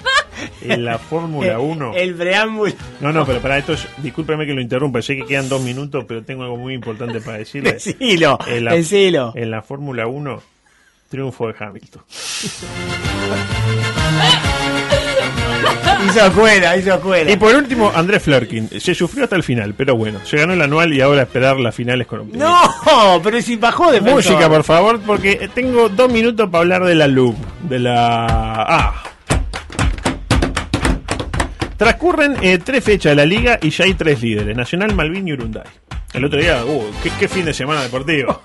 Speaker 5: En la Fórmula 1...
Speaker 4: Eh, El preámbulo.
Speaker 5: No, no, pero para esto, es- discúlpeme que lo interrumpa, sé que quedan dos minutos, pero tengo algo muy importante para decirle.
Speaker 4: Decilo,
Speaker 5: En la,
Speaker 4: decilo.
Speaker 5: en la Fórmula 1, triunfo de Hamilton.
Speaker 4: Hizo escuela, hizo escuela.
Speaker 5: Y por último, Andrés Flerkin. Se sufrió hasta el final, pero bueno, se ganó el anual y ahora esperar las finales con optimismo.
Speaker 4: No, pero si bajó de
Speaker 5: Música, por favor, porque tengo dos minutos para hablar de la loop, de la... Ah. Transcurren eh, tres fechas de la liga y ya hay tres líderes, Nacional, Malvin y Urunday. El otro día, uh, qué, qué fin de semana deportivo.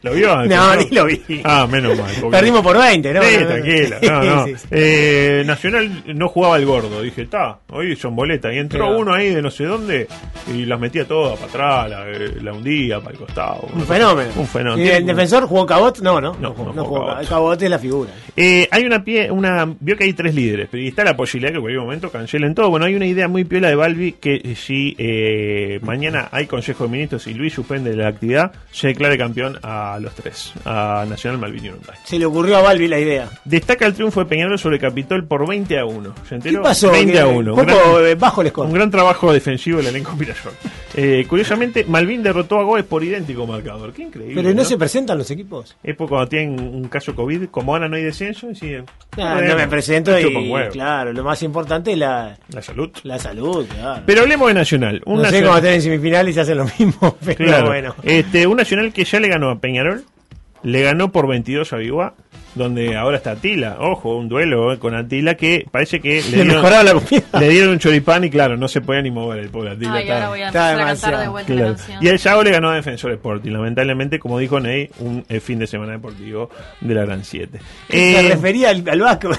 Speaker 5: ¿Lo vio?
Speaker 4: No, ni lo vi.
Speaker 5: Ah, menos mal. porque-
Speaker 4: Perdimos por 20, ¿no?
Speaker 5: Sí,
Speaker 4: No, no, no.
Speaker 5: tranquila. No, no.
Speaker 4: Sí, sí, sí.
Speaker 5: Eh, Nacional no jugaba el gordo. Dije, está, hoy son boletas. Y entró
Speaker 4: Claro.
Speaker 5: uno ahí de no sé dónde y las metía todas para atrás, la, eh, la hundía para el costado.
Speaker 4: Un fenómeno.
Speaker 5: Un fenómeno.
Speaker 4: ¿Y el
Speaker 5: Tiene un-
Speaker 4: defensor jugó Cabot? No, no.
Speaker 5: No, no jugó Cabot.
Speaker 4: Cabot. Cabot es la figura.
Speaker 5: Eh, hay una pie, una vio que hay tres líderes, pero y está la posibilidad que en cualquier momento cancelen todo. Bueno, hay una idea muy piola de Balbi que si eh, mañana hay Consejo de Ministros y Luis suspende la actividad, se declare campeón a los tres, a Nacional Malvin y Urunday.
Speaker 4: Se le ocurrió a Balbi la idea.
Speaker 5: Destaca el triunfo de Peñarol sobre Capitol por 20 a 1. ¿Se
Speaker 4: ¿Qué
Speaker 5: enteró?
Speaker 4: pasó?
Speaker 5: 20 a
Speaker 4: Que-
Speaker 5: 1.
Speaker 4: fue
Speaker 5: Gran-
Speaker 4: por- eh, bajo el
Speaker 5: Un
Speaker 4: score.
Speaker 5: gran trabajo defensivo del elenco Pirayol. Eh, curiosamente, Malvin derrotó a Gómez por idéntico marcador. Qué increíble.
Speaker 4: Pero no se presentan los equipos.
Speaker 5: Es porque cuando tienen un caso COVID, como ahora no hay descenso, deciden.
Speaker 4: Ah,
Speaker 5: "Bueno,
Speaker 4: no me presento
Speaker 5: me
Speaker 4: y,
Speaker 5: chupan huevo".
Speaker 4: claro, lo más importante es la,
Speaker 5: La salud.
Speaker 4: la salud, claro.
Speaker 5: Pero hablemos de Nacional. Un
Speaker 4: no sé
Speaker 5: Nacional-
Speaker 4: cómo están en semifinales y se hacen lo mismo, pero
Speaker 5: Claro.
Speaker 4: bueno.
Speaker 5: Este, un Nacional que ya le ganó a Peñarol, le ganó por 22 a Biguá, donde ahora está Atila. Ojo, un duelo eh, con Atila que parece que le
Speaker 4: Le
Speaker 5: dieron,
Speaker 4: mejoraba la comida.
Speaker 5: le dieron un choripán y claro, no se podía ni mover el pobre Atila.
Speaker 6: Ay, ahora
Speaker 5: estaba-
Speaker 6: voy a
Speaker 4: Está
Speaker 6: empezar a cantar
Speaker 4: demasiado.
Speaker 6: de vuelta la
Speaker 5: Claro.
Speaker 6: canción.
Speaker 5: Y el Chavo le ganó a Defensor Sporting. Lamentablemente, como dijo Ney, un eh, fin de semana deportivo de la Gran 7.
Speaker 4: se
Speaker 5: Eh,
Speaker 4: refería al, al básquet.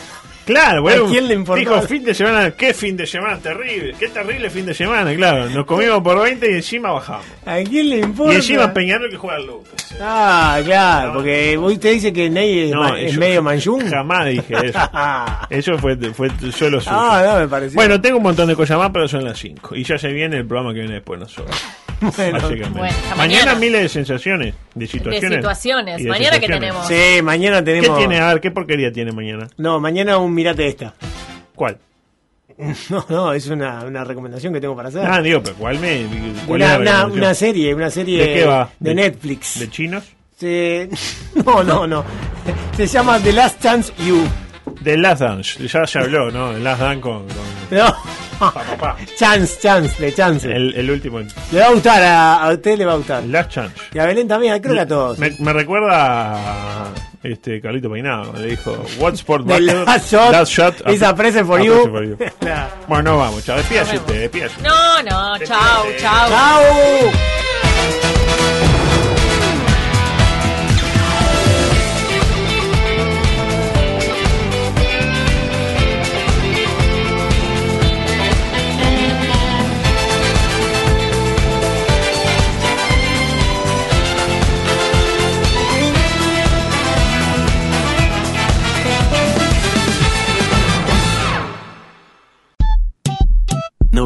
Speaker 5: Claro, bueno,
Speaker 4: ¿A quién le importaba?
Speaker 5: dijo fin de semana, qué fin de semana terrible, qué terrible fin de semana, claro, nos comimos por 20 y encima bajamos.
Speaker 4: ¿A quién le importa?
Speaker 5: Y encima Peñarol que juega al López.
Speaker 4: Ah, claro, porque usted dice que Ney es, ma- es
Speaker 5: yo
Speaker 4: medio manchún.
Speaker 5: Jamás dije eso.
Speaker 4: ah,
Speaker 5: Eso fue, fue solo suyo.
Speaker 4: no, me pareció.
Speaker 5: bueno, tengo un montón de cosas más, pero son las 5. Y ya se viene el programa que viene después nosotros.
Speaker 4: Bueno.
Speaker 5: básicamente.
Speaker 6: Bueno, hasta
Speaker 5: mañana,
Speaker 6: mañana.
Speaker 5: miles de sensaciones, de situaciones.
Speaker 6: de situaciones.
Speaker 5: y de
Speaker 6: Mañana que
Speaker 5: situaciones.
Speaker 6: tenemos.
Speaker 4: Sí, mañana
Speaker 5: ¿Qué
Speaker 4: tenemos.
Speaker 5: tiene? A ver, ¿qué porquería tiene mañana?
Speaker 4: No, mañana un mirate esta.
Speaker 5: ¿Cuál?
Speaker 4: No, no, es una, una recomendación que tengo para hacer.
Speaker 5: Ah, digo, pero ¿cuál me? cuál
Speaker 4: una,
Speaker 5: es
Speaker 4: una,
Speaker 5: la recomendación?
Speaker 4: una serie, una serie
Speaker 5: ¿De qué va?
Speaker 4: de Netflix.
Speaker 5: ¿De chinos?
Speaker 4: Se- no, no, no. Se llama The Last Chance You.
Speaker 5: De Last Dance. Ya se habló, ¿no? El Last Dance con. con-
Speaker 4: No.
Speaker 5: pa, pa, pa.
Speaker 4: Chance, chance, de chance.
Speaker 5: El, el último.
Speaker 4: Le va a gustar, a, a usted le va a gustar.
Speaker 5: Last Chance.
Speaker 4: Y a Belén también, creo que a todos.
Speaker 5: Me, me recuerda a este Carlito Peinado, cuando le dijo What Sport
Speaker 4: The
Speaker 5: matters,
Speaker 4: last shot is
Speaker 5: Ah,
Speaker 4: a present for you. Claro.
Speaker 5: Bueno, vamos, chao, despídase usted, despídase.
Speaker 6: No, no, chau, chau.
Speaker 4: ¡Chao!
Speaker 1: No.